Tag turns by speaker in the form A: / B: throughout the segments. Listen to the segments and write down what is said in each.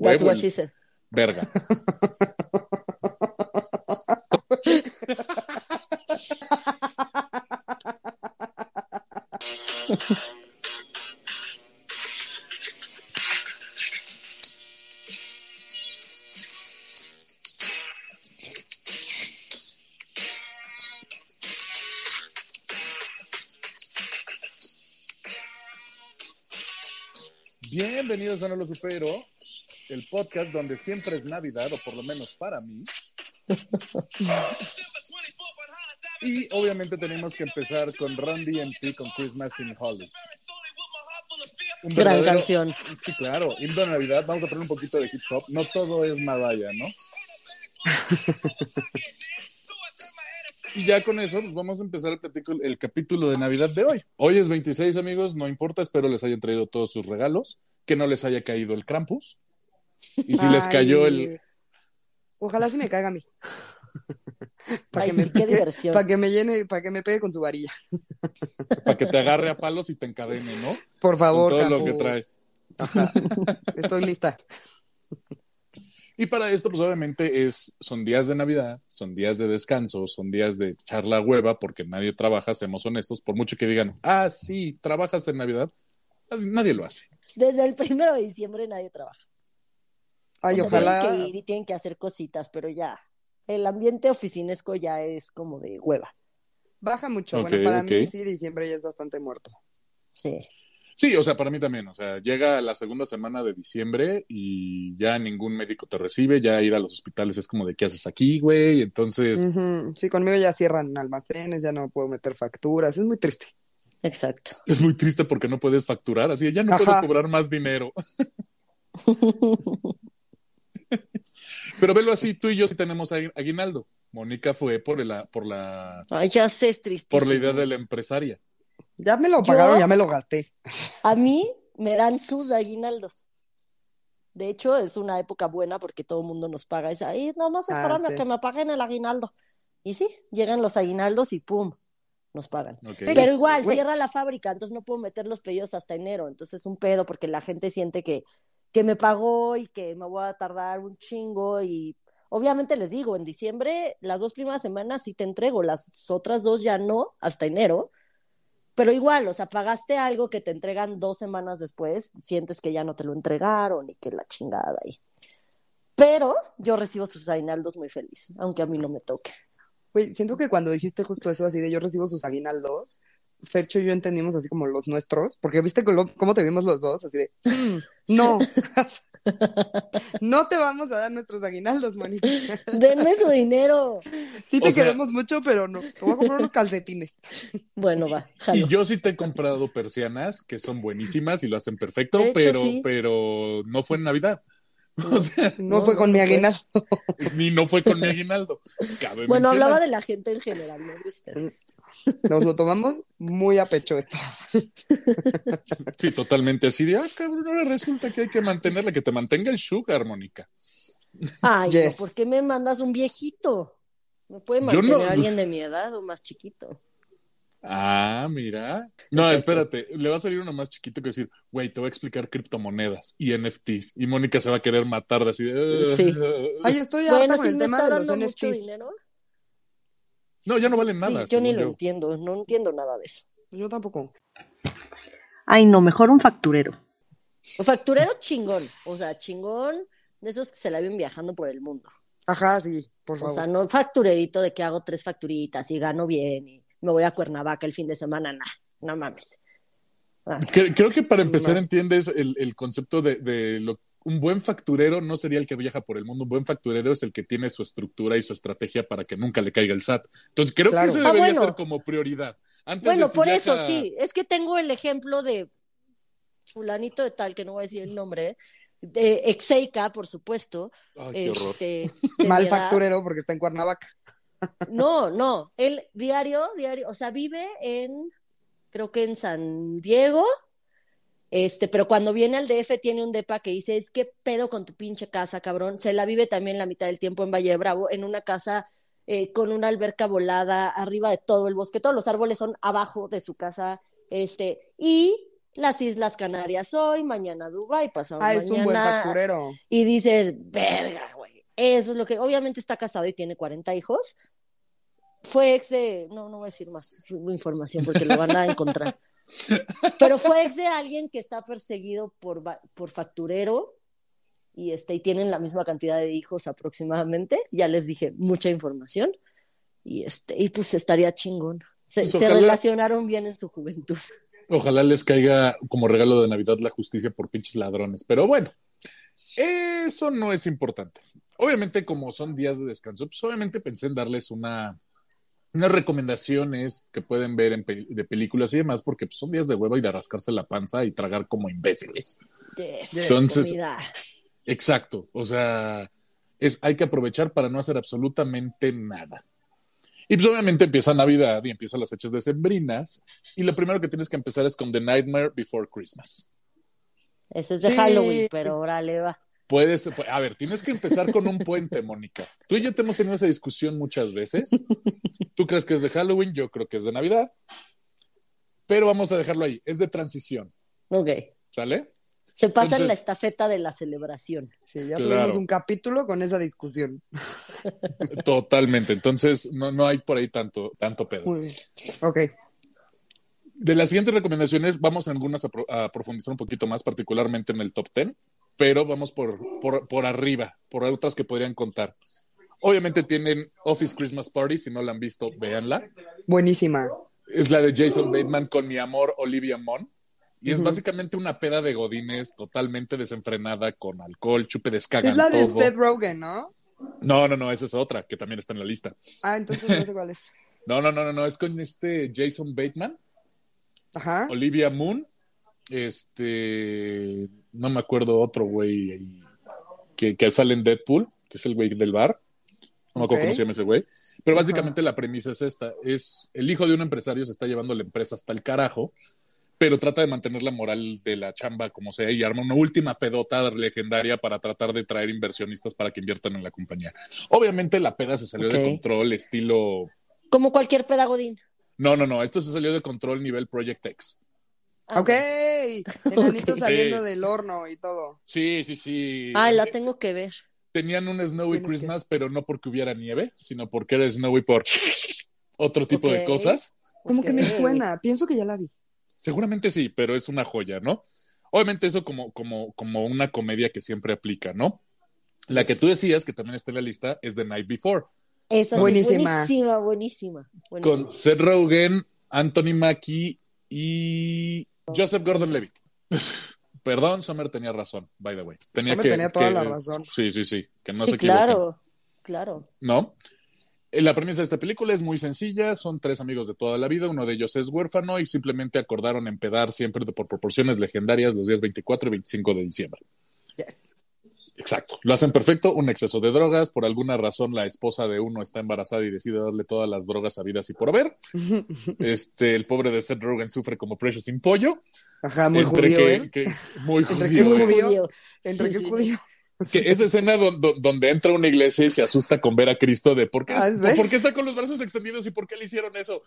A: That's
B: Huevo
A: what
B: en-
A: she said.
B: Verga. Bienvenidos a No Lo Supero, el podcast donde siempre es Navidad, o por lo menos para mí. Y obviamente tenemos que empezar con Run DMC con Christmas in Holly.
A: Gran
B: Un verdadero-
A: canción.
B: Sí, claro, himno de Navidad. Vamos a poner un poquito de hip hop. No todo es Madaya, ¿no? Y ya con eso pues, vamos a empezar el, platico- el capítulo de Navidad de hoy. Hoy es 26, amigos, no importa, espero les hayan traído todos sus regalos, que no les haya caído el Krampus. Y si les
C: Ay,
B: cayó el...
C: Ojalá sí me caiga a mí. Para
A: Ay,
C: que, me,
A: sí, qué diversión.
C: para que me llene, para que me pegue con su varilla.
B: para que te agarre a palos y te encadene, ¿no? Con
C: Por favor,
B: todo lo
C: Campos.
B: que trae.
C: Ajá. Estoy lista.
B: Y para esto, pues obviamente es, son días de Navidad, son días de descanso, son días de charla hueva, porque nadie trabaja, seamos honestos, por mucho que digan, ah, sí, trabajas en Navidad, nadie lo hace.
A: Desde el primero de diciembre nadie trabaja.
C: Ay,
A: O sea, Tienen
C: ojalá.
A: que ir y tienen que hacer cositas, pero ya. El ambiente oficinesco ya es como de hueva.
C: Baja mucho.
B: Ok,
C: bueno, para mí
B: ok.
C: sí, diciembre ya es bastante muerto.
A: Sí.
B: Sí, o sea, para mí también, o sea, llega la segunda semana de diciembre y ya ningún médico te recibe, ya ir a los hospitales es como de, ¿qué haces aquí, güey? Entonces,
C: Ujú. Sí, conmigo ya cierran almacenes, ya no puedo meter facturas. Es muy triste.
A: Exacto.
B: es muy triste porque no puedes facturar, así de, ya no puedo
C: Ajá.
B: cobrar más dinero. Pero velo así, tú y yo sí tenemos agui- aguinaldo. Mónica fue por la, por la,
A: Ay, ya sé, es tristísimo.
B: por la idea de la empresaria.
C: Ya me lo
A: ¿Yo?
C: pagaron, ya me lo gasté.
A: A mí me dan sus aguinaldos. De hecho, es una época buena porque todo el mundo nos paga. Es ahí, nomás
C: Ah,
A: esperando
C: sí.
A: que me paguen el aguinaldo. Y sí, llegan los aguinaldos y pum, nos pagan.
B: Ok.
A: Pero igual,
C: Güey.
A: cierra la fábrica, entonces no puedo meter los pedidos hasta enero. Entonces es un pedo porque la gente siente que, que me pagó y que me voy a tardar un chingo. Y obviamente les digo, en diciembre, las dos primeras semanas sí te entrego, las otras dos ya no, hasta enero. Pero igual, o sea, pagaste algo que te entregan dos semanas después, sientes que ya no te lo entregaron y que la chingada ahí. Pero yo recibo sus aguinaldos muy feliz, aunque a mí no me toque.
C: Güey, siento que cuando dijiste justo eso, así de yo recibo sus aguinaldos, Fercho y yo entendimos así como los nuestros, porque viste cómo, cómo te vimos los dos, así de, "Mm, no, no te vamos a dar nuestros aguinaldos, Mónica.
A: Denme su dinero.
C: Sí te
B: O sea-
C: queremos mucho, pero no, te voy a comprar unos calcetines.
A: Bueno, va, jalo.
B: Y yo sí te he comprado persianas que son buenísimas y lo hacen perfecto,
A: De hecho,
B: pero,
A: sí.
B: pero no fue en Navidad. O sea,
C: No,
A: No,
C: fue
A: no,
C: con
A: no fue.
C: mi aguinaldo.
B: ni no fue con mi aguinaldo. Cabe
A: Bueno,
B: mencionar.
A: hablaba de la gente en general, no de
B: Mm,
A: ustedes.
C: Nos lo tomamos muy a pecho esto.
B: Sí, totalmente así de, ah, cabrón, ahora resulta que hay que mantenerla, que te mantenga el sugar, Mónica.
A: Ay, no,
C: Yes.
A: ¿por qué me mandas un viejito? ¿Me puede
B: Yo
A: mantener
B: no-
A: alguien de mi edad o más chiquito?
B: Ah, mira. No,
A: Exacto.
B: espérate, le va a salir uno más chiquito que decir, güey, te voy a explicar criptomonedas y NFTs. Y Mónica se va a querer matar de así de.
A: Sí.
C: Ay, estoy harta
A: Bueno,
C: con
A: sí
C: el
A: me
C: tema
A: está
C: de
A: dando
C: los
A: mucho
C: NFTs.
A: dinero.
B: No, ya no valen nada.
A: sí, yo ni
B: según
A: lo entiendo, no entiendo nada de eso.
C: Yo tampoco.
A: Ay, no, mejor un facturero. Un facturero chingón, o sea, chingón de esos que se la ven viajando por el mundo.
C: Ajá, sí, por
A: O
C: favor.
A: sea, no un facturerito de que hago tres facturitas y gano bien y me voy a Cuernavaca el fin de semana, nah, no mames. Ah,
B: Cre- Creo que para empezar
C: No.
B: entiendes el, el concepto de, de lo, un buen facturero no sería el que viaja por el mundo, un buen facturero es el que tiene su estructura y su estrategia para que nunca le caiga el SAT. Entonces creo
C: Claro.
B: que eso
A: Ah,
B: debería
A: bueno.
B: ser como prioridad. Antes de
A: Bueno,
B: si
A: por
B: viaja-
A: eso sí, es que tengo el ejemplo de fulanito de tal, que no voy a decir el nombre, de Exeica, por supuesto.
B: Ay, qué horror.
A: este, de
C: Mal
A: mi edad.
C: facturero porque está en Cuernavaca.
A: No, no, él diario, diario, o sea, vive en, creo que en San Diego, este, pero cuando viene al DF tiene un depa que dice, es que pedo con tu pinche casa, cabrón. Se la vive también la mitad del tiempo en Valle de Bravo, en una casa eh, con una alberca volada, arriba de todo el bosque, todos los árboles son abajo de su casa, este, y las Islas Canarias hoy, mañana Dubái, pasado
C: Ah,
A: mañana.
C: es un buen facturero.
A: Y dices, verga, güey. Eso es lo que, obviamente está casado y tiene 40 hijos. Fue ex de, no, no voy a decir más información porque lo van a encontrar. Pero fue ex de alguien que está perseguido por, va- por facturero y, este, y tienen la misma cantidad de hijos aproximadamente. Ya les dije mucha información. Y, este, y pues estaría chingón. Se,
B: Pues
A: se
B: ojalá-
A: relacionaron bien en su juventud.
B: Ojalá les caiga como regalo de Navidad la justicia por pinches ladrones. Pero bueno, eso no es importante. Obviamente, como son días de descanso, pues obviamente pensé en darles una, unas recomendaciones que pueden ver en pel- de películas y demás, porque pues, son días de hueva y de rascarse la panza y tragar como imbéciles.
A: Yes,
B: Entonces-
A: comida.
B: Exacto. O sea, es, hay que aprovechar para no hacer absolutamente nada. Y pues obviamente empieza Navidad y empiezan las fechas decembrinas. Y lo primero que tienes que empezar es con The Nightmare Before Christmas.
A: Ese es de
C: Sí.
A: Halloween, pero órale va.
B: Puedes, pu- a ver, tienes que empezar con un puente, Mónica. Tú y yo te hemos tenido esa discusión muchas veces. Tú crees que es de Halloween, yo creo que es de Navidad. Pero vamos a dejarlo ahí. Es de transición,
A: Ok.
B: ¿sale?
A: Se pasan
B: Entonces-
A: la estafeta de la celebración.
C: Sí, ya
B: Claro.
C: tuvimos un capítulo con esa discusión.
B: Totalmente. Entonces, no, no hay por ahí tanto, tanto pedo.
C: Muy bien. Ok.
B: De las siguientes recomendaciones, vamos en algunas a, pro- a profundizar un poquito más, particularmente en el top 10, pero vamos por, por, por arriba, por otras que podrían contar. Obviamente tienen Office Christmas Party, si no la han visto, véanla.
C: Buenísima.
B: Es la de Jason Bateman con mi amor Olivia Munn. Y es
C: Oh. Ujú.
B: básicamente una peda de godines totalmente desenfrenada con alcohol, chupe descagan
C: Es la de
B: todo.
C: Seth Rogen, ¿no?
B: No, no, no, esa es otra que también está en la lista.
C: Ah, entonces no sé cuál es.
B: No, no, no, no, no, es con este Jason Bateman,
C: Ajá.
B: Olivia Moon, este, no me acuerdo otro güey ahí que, que sale en Deadpool, que es el güey del bar. No me acuerdo
C: Ok.
B: cómo se llama ese güey. Pero
C: Ajá.
B: básicamente la premisa es esta: es el hijo de un empresario se está llevando la empresa hasta el carajo, pero trata de mantener la moral de la chamba como sea y arma una última pedota legendaria para tratar de traer inversionistas para que inviertan en la compañía. Obviamente la peda se salió
A: Ok.
B: de control, estilo.
A: Como cualquier pedagodín.
B: No, no, no, esto se salió de control nivel Project X.
A: Ah,
C: ok. Enanito
A: Ok.
C: saliendo
B: Sí.
C: del horno y todo.
B: Sí, sí, sí.
A: Ah, la tengo que ver.
B: tenían un Snowy
C: Tienes que-
B: Christmas, pero no porque hubiera nieve, sino porque era Snowy por otro tipo de
A: Ok.
B: cosas.
C: Como que me
A: Ok.
C: suena. Pienso que ya la vi.
B: Seguramente sí, pero es una joya, ¿no? Obviamente eso como, como, como una comedia que siempre aplica, ¿no? La que tú decías, que también está en la lista, es The Night Before,
A: Esa sí,
C: Buenísima.
A: buenísima, buenísima. buenísima.
B: con Seth Rogen, Anthony Mackie y Joseph Gordon-Levitt. Perdón, Summer tenía razón, by the way. Tenía
C: Summer
B: que,
C: tenía toda
B: que-
C: la razón.
B: Sí, sí, sí, que no
A: sí,
B: se equivoquen.
A: claro, claro.
B: ¿no? Eh, La premisa de esta película es muy sencilla, son tres amigos de toda la vida, uno de ellos es huérfano y simplemente acordaron empedar siempre de- por proporciones legendarias los días 24 y 25 de diciembre.
C: Yes.
B: Exacto. Lo hacen perfecto, un exceso de drogas, por alguna razón la esposa de uno está embarazada y decide darle todas las drogas habidas y por haber. Este, el pobre de Seth Rogen sufre como Precious sin pollo.
C: Ajá, muy
B: entre
C: judío,
B: que,
C: ¿eh?
B: que- muy
C: Entre
B: judío,
C: que
B: ¿eh?
C: es judío.
A: Sí,
C: Entre que es
A: sí.
C: judío.
B: Que esa escena do- do- donde entra a una iglesia y se asusta con ver a Cristo de por qué,
C: Ah, ¿sí?
B: por qué está con los brazos extendidos y por qué le hicieron eso.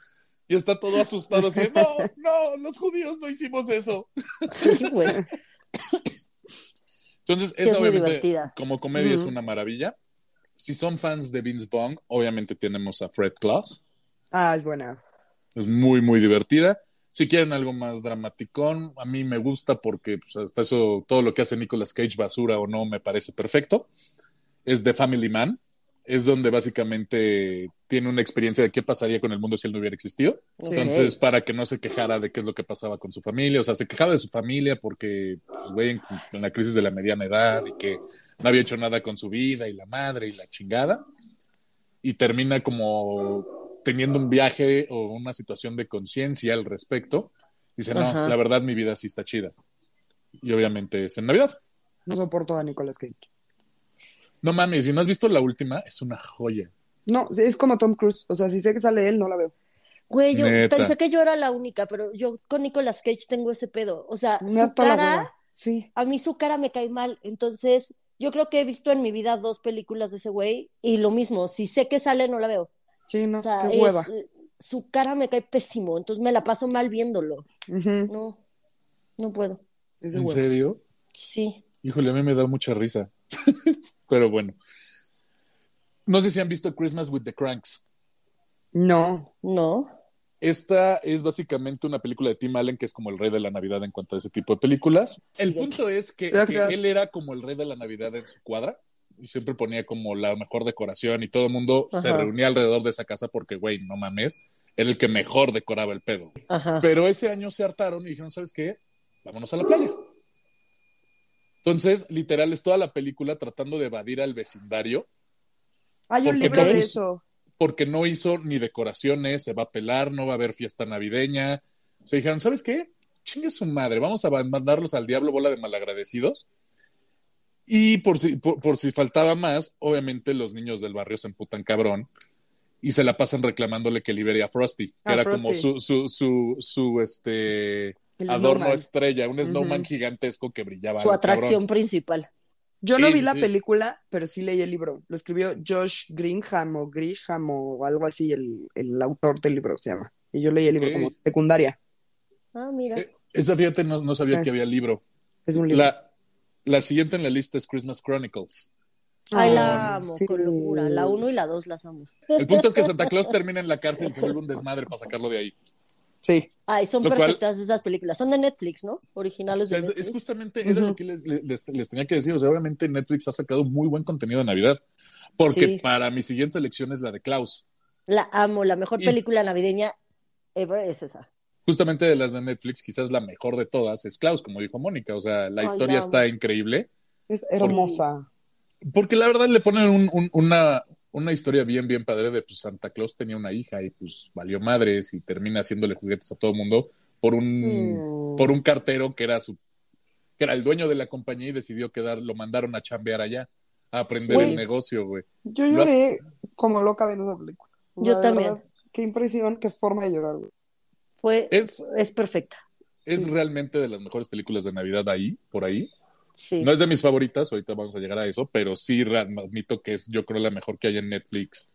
B: Y está todo asustado así, no, no, los judíos no hicimos eso.
A: Sí, güey. Sí,
B: Entonces,
A: es
B: esa
A: muy
B: obviamente
A: divertida.
B: como comedia es
C: Ujú.
B: una maravilla. Si son fans de Vince Bong, obviamente tenemos a Fred Claus.
C: Ah, es buena.
B: Es muy, muy divertida. Si quieren algo más dramaticón, a mí me gusta porque pues, hasta eso, todo lo que hace Nicolas Cage, basura o no, me parece perfecto. Es The Family Man. Es donde básicamente tiene una experiencia de qué pasaría con el mundo si él no hubiera existido.
A: Ok.
B: Entonces, para que no se quejara de qué es lo que pasaba con su familia. O sea, se quejaba de su familia porque, pues, güey, en, en la crisis de la mediana edad y que no había hecho nada con su vida y la madre y la chingada. Y termina como teniendo un viaje o una situación de conciencia al respecto. Dice, no,
A: Ajá.
B: la verdad mi vida sí está chida. Y obviamente es en Navidad.
C: No soporto a Nicolas Cage.
B: No mames, si no has visto la última, es una joya.
C: No, sí, es como Tom Cruise. O sea, si sé que sale él, no la veo.
A: Güey, yo
B: Neta.
A: pensé que yo era la única, pero yo con Nicolas Cage tengo ese pedo. O sea,
C: Me
A: su
C: da toda la
A: cara,
C: hueva. Sí.
A: a mí su cara me cae mal. Entonces, yo creo que he visto en mi vida dos películas de ese güey y lo mismo, si sé que sale, no la veo.
C: Sí, no.
A: O sea,
C: qué
A: es-
C: hueva.
A: su cara me cae pésimo, entonces me la paso mal viéndolo.
C: Ujú.
A: No. No puedo.
C: Es de
B: ¿En
C: hueva.
B: serio?
A: Sí.
B: Híjole, a mí me da mucha risa. Pero bueno. No sé si han visto Christmas with the Cranks.
C: No.
A: No.
B: Esta es básicamente una película de Tim Allen que es como el rey de la Navidad en cuanto a ese tipo de películas. El punto es que,
C: Ajá.
B: que él era como el rey de la Navidad en su cuadra y siempre ponía como la mejor decoración y todo el mundo se
A: Ajá.
B: reunía alrededor de esa casa porque, güey, no mames, era el que mejor decoraba el pedo.
A: Ajá.
B: Pero ese año se hartaron y dijeron, ¿sabes qué? Vámonos a la playa. Entonces, literal, es toda la película tratando de evadir al vecindario
C: Hay un
B: Porque
C: libro
B: no
C: de
B: es-
C: eso.
B: porque no hizo ni decoraciones, se va a pelar, no va a haber fiesta navideña. Se dijeron, ¿sabes qué? Chingue su madre, vamos a mandarlos al diablo bola de malagradecidos. Y por si, por, por si faltaba más, obviamente los niños del barrio se emputan cabrón y se la pasan reclamándole que libere a Frosty, que
C: Ah,
B: era
C: Frosty.
B: como su, su, su, su, este,
C: El
B: adorno
C: snowman.
B: estrella, un snowman
C: Ujú.
B: gigantesco que brillaba.
A: Su
B: al
A: atracción principal.
C: Yo
B: Sí,
C: no vi
B: sí,
C: la
B: sí.
C: película, pero sí leí el libro. Lo escribió Josh Greenham o Grisham o algo así, el, el autor del libro se llama. Y yo leí el libro
B: Ok.
C: como secundaria.
A: Ah, mira.
B: cabrón. Esa fíjate, no, no sabía
C: Ah.
B: que había libro.
C: Es un libro.
B: La, la siguiente en la lista es Christmas Chronicles.
A: Ay,
B: Ah,
A: la amo
C: sí.
A: con locura. La uno y la dos las amo.
B: El punto es que Santa Claus termina en la cárcel y se vuelve un desmadre para sacarlo de ahí.
C: Sí.
A: Ay, son
B: Lo cual-
A: perfectas esas películas. Son de Netflix, ¿no?
B: O
A: Originales
B: sea,
A: de
B: es,
A: Netflix.
B: es justamente eso
C: Ujú.
B: lo que les, les- les tenía que decir. O sea, obviamente Netflix ha sacado muy buen contenido de Navidad. Porque
A: Sí.
B: para mi siguiente selección es la de Klaus.
A: La amo. La mejor
B: Y-
A: película navideña ever es esa.
B: Justamente de las de Netflix, quizás la mejor de todas es Klaus, como dijo Mónica. O sea, la
A: Ay,
B: historia
A: la amo.
B: está increíble.
C: Es hermosa.
B: Porque la verdad le ponen un- un- una, una historia bien, bien padre de pues Santa Claus tenía una hija y pues valió madres y termina haciéndole juguetes a todo mundo por un
C: Mm.
B: Mm, por un cartero que era su que era el dueño de la compañía y decidió quedar, lo mandaron a chambear allá, a aprender
A: Güey.
B: el negocio, güey.
C: Yo
B: Lo has-
C: lloré como loca viendo esa película. O sea,
A: Yo
C: de
A: también.
C: verdad, qué impresión, qué forma de llorar. güey.
A: Fue,
B: Es-
A: es, perfecta.
B: Es
C: Sí.
B: realmente de las mejores películas de Navidad ahí, por ahí.
A: Sí.
B: No es de mis favoritas, ahorita vamos a llegar a eso, pero sí re- admito que es, yo creo, la mejor que hay en Netflix.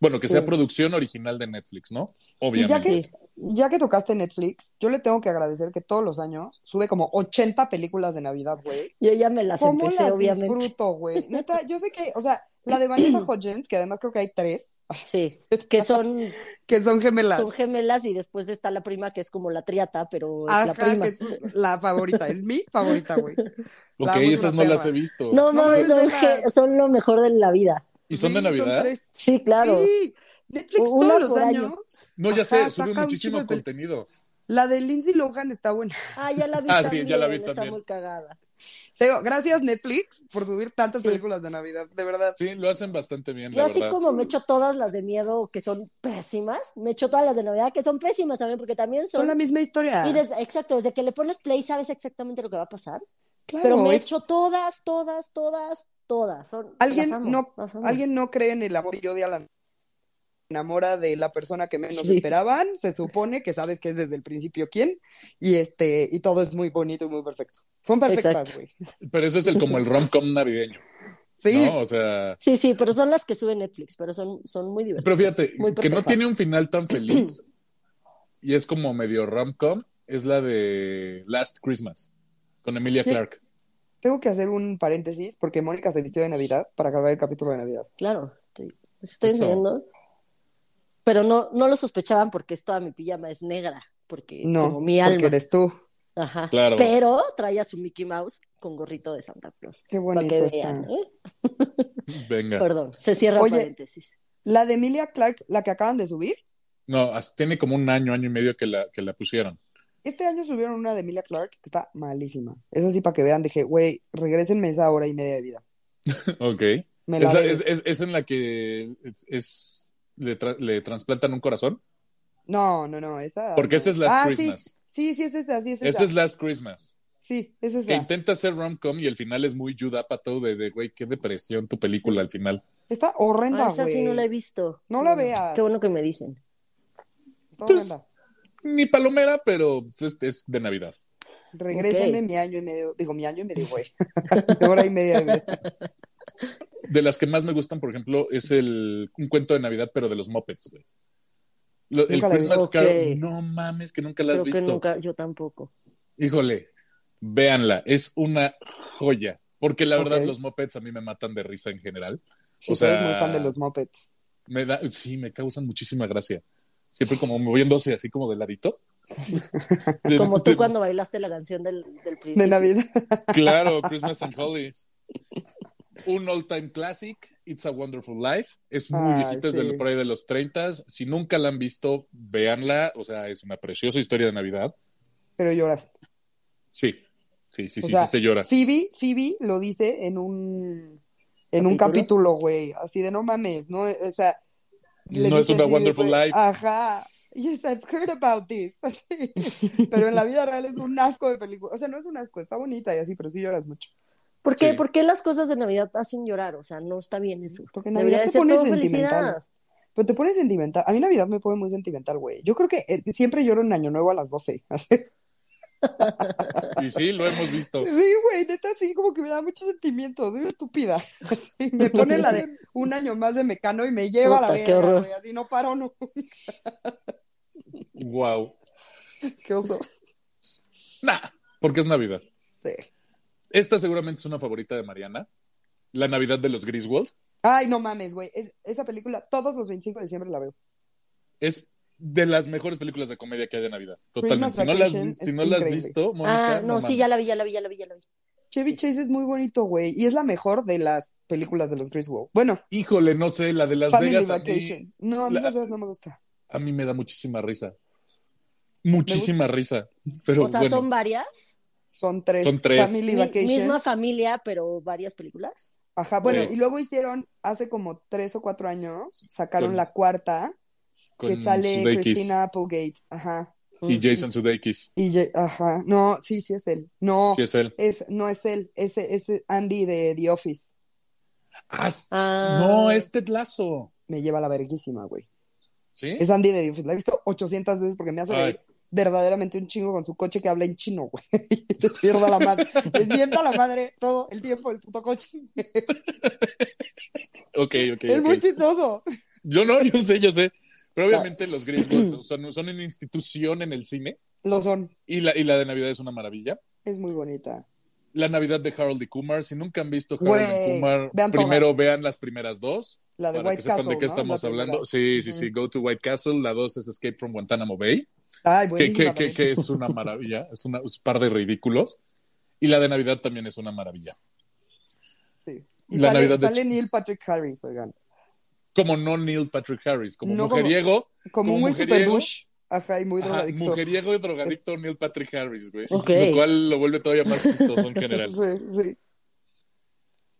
B: Bueno, que
A: Sí.
B: sea producción original de Netflix, ¿no?
C: Y ya
B: Obviamente.
C: que, ya que tocaste Netflix, yo le tengo que agradecer que todos los años sube como 80 películas de Navidad, güey.
A: Yo ya me las
C: ¿Cómo
A: empecé,
C: las
A: obviamente.
C: disfruto, güey? Neta, yo sé que, o sea, la de Vanessa Hodgins, que además creo que hay tres,
A: Sí. Que son,
C: que son gemelas.
A: son gemelas y después está la prima que es como la triata, pero es la
C: Ajá,
A: prima.
C: que es la favorita, es mi favorita, güey.
B: ok,
C: la amo, es
B: esas
C: una
B: no las
C: perra.
B: he visto.
A: No,
C: No,
A: mames,
C: no,
A: son,
C: no.
A: ge- son lo mejor de la vida.
B: ¿Y son de
C: Sí,
B: Navidad?
C: tres.
A: Sí, claro.
C: Sí, Netflix
A: Una
C: todos los
A: por año.
C: años.
B: no, ya
C: Ajá,
B: sé, suben
C: saca un
B: muchísimo
C: chingo de pel-
B: contenido.
C: La de Lindsay Lohan está buena.
A: Ah, ya la vi
B: Ah, sí,
A: también.
B: ya la vi también.
A: Está muy cagada.
C: Te digo, gracias Netflix por subir tantas
A: Sí.
C: películas de Navidad, de verdad.
B: Sí, lo hacen bastante bien,
A: Yo
B: la
A: así
B: verdad.
A: como me echo todas las de miedo que son pésimas, me echo todas las de Navidad que son pésimas también, porque también
C: Son
A: son...
C: la misma historia.
A: Y desde, exacto, desde que le pones play sabes exactamente lo que va a pasar,
C: Claro,
A: pero me
C: es-
A: echo todas, todas, todas, todas. Son,
C: alguien
A: las amo,
C: no,
A: las amo.
C: alguien no cree en el amor y odia la enamora de la persona que menos
A: Sí.
C: esperaban, se supone que sabes que es desde el principio quién, y este, y todo es muy bonito y muy perfecto. Son
A: Exacto.
C: perfectas, güey.
B: Pero ese es el como el rom-com navideño,
C: Sí,
B: ¿no? O sea,
A: Sí, sí, pero son las que sube Netflix, pero son, son muy divertidas.
B: pero fíjate,
A: Muy
B: que no
A: perfectas.
B: tiene un final tan feliz y es como medio rom-com, es la de Last Christmas con Emilia
C: Sí.
B: Clarke.
C: tengo que hacer un paréntesis porque Mónica se vistió de Navidad para acabar el capítulo de Navidad.
A: Claro, estoy, les estoy
B: Eso.
A: enseñando. Pero no, no lo sospechaban porque es toda mi pijama es negra, porque
C: No,
A: como mi
C: porque
A: alma.
C: eres tú.
A: Ajá.
B: Claro.
A: Pero traía su Mickey Mouse con gorrito de Santa Claus.
C: Qué
A: Para
C: bonito
A: que
C: está.
A: vean, ¿eh?
B: Venga.
A: Perdón, se cierra
C: Oye.
A: paréntesis.
C: La de Emilia Clark, la que acaban de subir,
B: No, as- tiene como un año, año y medio que la, que la pusieron.
C: Este año subieron una de Emilia Clark que está malísima. Eso sí, para que vean, dije, güey, regrésenme esa hora y media de vida.
B: Ok.
C: Me la
B: Es, la-
C: debe.
B: es- es- es en la que es, es- le, tra- le trasplantan un corazón.
C: No, no, no, esa.
B: Porque
C: no.
B: esa es Last
C: Ah, sí.
B: Christmas.
C: Sí, sí, es esa, sí, es
B: Esa
C: esa.
B: es Last Christmas.
C: Sí, es esa.
B: Que intenta ser rom-com y el final es muy Judd Apatow de, de, güey, qué depresión tu película al final.
C: Está
A: Ah,
C: horrenda,
A: esa sí
C: güey.
A: no la he visto.
C: No la
A: Qué bueno.
C: veas.
A: Qué bueno que me dicen.
C: Está
B: Pues-
C: horrenda.
B: Ni palomera, pero es, es de Navidad.
C: Regrésenme
A: Ok.
C: mi año y medio. Digo, mi año y medio, güey. Mi hora y media de vida.
B: De las que más me gustan, por ejemplo, es el un cuento de Navidad, pero de los Muppets, güey. Lo- el
C: Nunca la vi.
B: Christmas Carol.
A: Ok.
B: No mames, que nunca la has
A: Creo que
B: visto.
A: nunca, yo tampoco.
B: Híjole, véanla, es una joya. Porque la verdad,
C: Ok.
B: los mopeds a mí me matan de risa en general.
C: Sí,
B: O sea-
C: soy muy fan de los Muppets.
B: Me da, sí, me causan muchísima gracia. Siempre como moviéndose así como de ladito. De-
A: Como tú
B: de-
A: cuando bailaste la canción del, del príncipe.
C: De Navidad.
B: Claro, Christmas and Holly. Un all-time classic, It's a Wonderful Life. Es muy
C: Ah,
B: viejita, es
C: sí.
B: del- por ahí de los 30. Si nunca la han visto, véanla. O sea, es una preciosa historia de Navidad.
C: Pero lloras.
B: Sí, sí, sí,
C: O
B: sí,
C: sea,
B: sí se llora.
C: Phoebe, Phoebe lo dice en un en un capítulo, güey. Así de no mames, no, o sea,
B: No es
C: dice
B: una
C: así,
B: wonderful
C: güey,
B: life.
C: Ajá. Yes, I've heard about this. Así. Pero en la vida real es un asco de película. O sea, no es un asco, está bonita y así, pero sí lloras mucho.
A: ¿Por qué?
B: Sí.
A: ¿Por qué las cosas de Navidad hacen llorar? O sea, no está bien eso.
C: Porque
A: Debería
C: Navidad
A: de
C: te
A: ser
C: pone
A: todo
C: sentimental.
A: felicidad.
C: Pero te pone sentimental. A mí Navidad me pone muy sentimental, güey. Yo creo que eh, siempre lloro en Año Nuevo a las 12. Así.
B: Y sí, lo hemos visto.
C: Sí, güey, neta, sí, como que me da muchos sentimientos. Soy una estúpida. Así, me pone la de un año más de Mecano y me lleva a la
A: Puta, qué
C: verga,
A: horror.
C: güey. Así no paro, no.
B: Wow.
C: Qué oso.
B: Nah, porque es Navidad.
C: Sí.
B: Esta seguramente es una favorita de Mariana. La Navidad de los Griswold.
C: Ay, no mames, güey. Es- esa película, todos los 25 de diciembre la veo.
B: Es de las mejores películas de comedia que hay de Navidad. Totalmente.
C: Christmas
B: Si no las,
C: Vacation
B: si
C: es
B: no la has
C: increíble.
B: visto, Mónica,
A: Ah, no, sí,
B: mames.
A: ya la vi, ya la vi, ya la vi, ya la vi.
C: Chevy Chase es muy bonito, güey. Y es la mejor de las películas de los Griswold. Bueno,
B: Híjole, no sé, la de Las
C: Family
B: Vegas. a mí-
C: Vacation. No, a mí
B: la-
C: Las Vegas no me gusta.
B: a mí me da muchísima risa. Muchísima risa. Pero
A: o sea,
B: bueno,
A: son varias.
C: Son tres.
B: Son tres.
C: Family
A: Mi-
C: Vacation.
A: misma familia, pero varias películas.
C: Ajá, bueno,
B: Sí.
C: y luego hicieron, hace como tres o cuatro años, sacaron
B: Con-
C: la cuarta,
B: con
C: que sale
B: Sudeikis
C: Christina Applegate. Ajá.
B: y Jason Sudeikis.
C: Y ya- ajá, no, sí, sí es él. No,
B: Sí, es él.
C: es, no es él, es, es Andy de The Office.
B: Ah, s-
A: Ah.
B: No, es Ted Lasso.
C: Me lleva la verguísima, güey.
B: ¿Sí?
C: Es Andy de The Office. La he visto 800 veces porque me hace
B: Ay.
C: reír verdaderamente un chingo con su coche que habla en chino, güey. Les pierda la madre. Les mienta la madre todo el tiempo el puto coche.
B: Ok, ok.
C: es
B: ok.
C: muy Ah. chistoso.
B: Yo no, yo sé, yo sé. Pero obviamente los Griswolds son, son una institución en el cine.
C: Lo son.
B: Y la, y la de Navidad es una maravilla.
C: Es muy bonita.
B: La Navidad de Harold y Kumar. Si nunca han visto Harold
C: Güey,
B: y Kumar,
C: vean
B: primero
C: todas.
B: vean las primeras dos
C: La de
B: para que
C: White
B: sepan
C: Castle.
B: de qué
C: ¿no?
B: estamos
C: La primera.
B: hablando. Sí, sí,
C: Ujú.
B: sí. Go to White Castle. La dos es Escape from Guantánamo Bay.
C: Ay,
B: que, que-
C: buenísima.
B: que- que es una maravilla, es, una- es un par de ridículos. Y la de Navidad también es una maravilla.
C: sí. Y
B: la
C: sale,
B: Navidad de-
C: sale Neil Patrick Harris, oigan.
B: Como no Neil Patrick Harris, como
C: No, como-
B: mujeriego,
C: Como
B: Como
C: un güey super
B: mujeriego.
C: douche. Ajá, y muy
B: ajá,
C: drogadicto.
B: mujeriego y drogadicto Neil Patrick Harris, güey.
A: Ok.
B: Lo cual lo vuelve todavía más chistoso en general.
C: Sí, sí.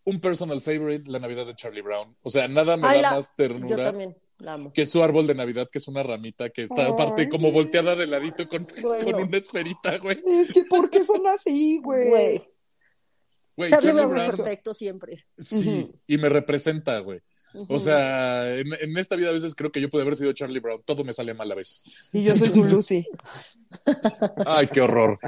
B: Un personal favorite, la Navidad de Charlie Brown. O sea, nada me
A: Ay,
B: da
A: la-
B: más
A: Yo
B: ternura
A: también la amo.
B: que su árbol de Navidad, que es una ramita que está aparte
C: Ay.
B: como volteada de ladito con,
A: Bueno.
B: con una esferita, güey.
C: Es que, ¿por qué son así,
A: Güey.
C: güey?
B: Güey,
A: Charlie
B: Charlie
A: Brown es
B: Brown,
A: perfecto siempre.
B: sí,
C: Ujú.
B: y me representa, güey.
A: Ujú.
B: O sea, en, en esta vida a veces creo que yo pude haber sido Charlie Brown. Todo me sale mal a veces.
C: Y yo soy su Lucy.
B: Ay, qué horror.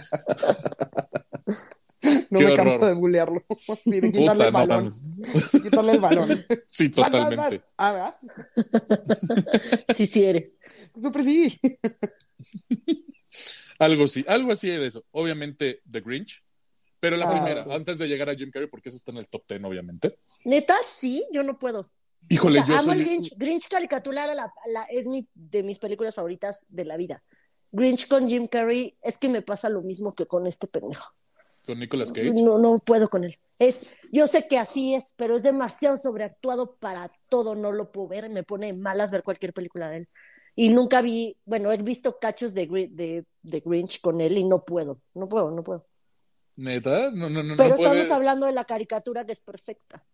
C: No
B: Qué
C: me canso
B: horror.
C: de bulearlo. Sí, de quitarle
B: Puta,
C: el
B: no
C: balón.
B: mames.
C: De quitarle el balón.
B: Sí,
C: Vas, vas,
B: totalmente.
C: vas. Ah, ¿verdad?
A: Sí, sí eres.
C: Súper sí.
B: Algo así, algo así de eso. Obviamente, The Grinch. Pero la
C: Ah,
B: primera,
C: sí.
B: antes de llegar a Jim Carrey, porque eso está en el top ten, obviamente.
A: Neta, sí, yo no puedo.
B: Híjole,
A: o sea,
B: yo
A: amo
B: soy.
A: el Grinch. Grinch caricatura la- la- es mi, de mis películas favoritas de la vida. Grinch con Jim Carrey es que me pasa lo mismo que con este pendejo.
B: Con Nicolas Cage.
A: No, no puedo con él. Es, yo sé que así es, pero es demasiado sobreactuado para todo. No lo puedo ver. Me pone de malas ver cualquier película de él. Y nunca vi, bueno, he visto cachos de, Gri- de, de Grinch con él y no puedo, no puedo, no puedo.
B: Neta, no, no, no.
A: Pero
B: no
A: estamos
B: puedes.
A: hablando de la caricatura que es perfecta.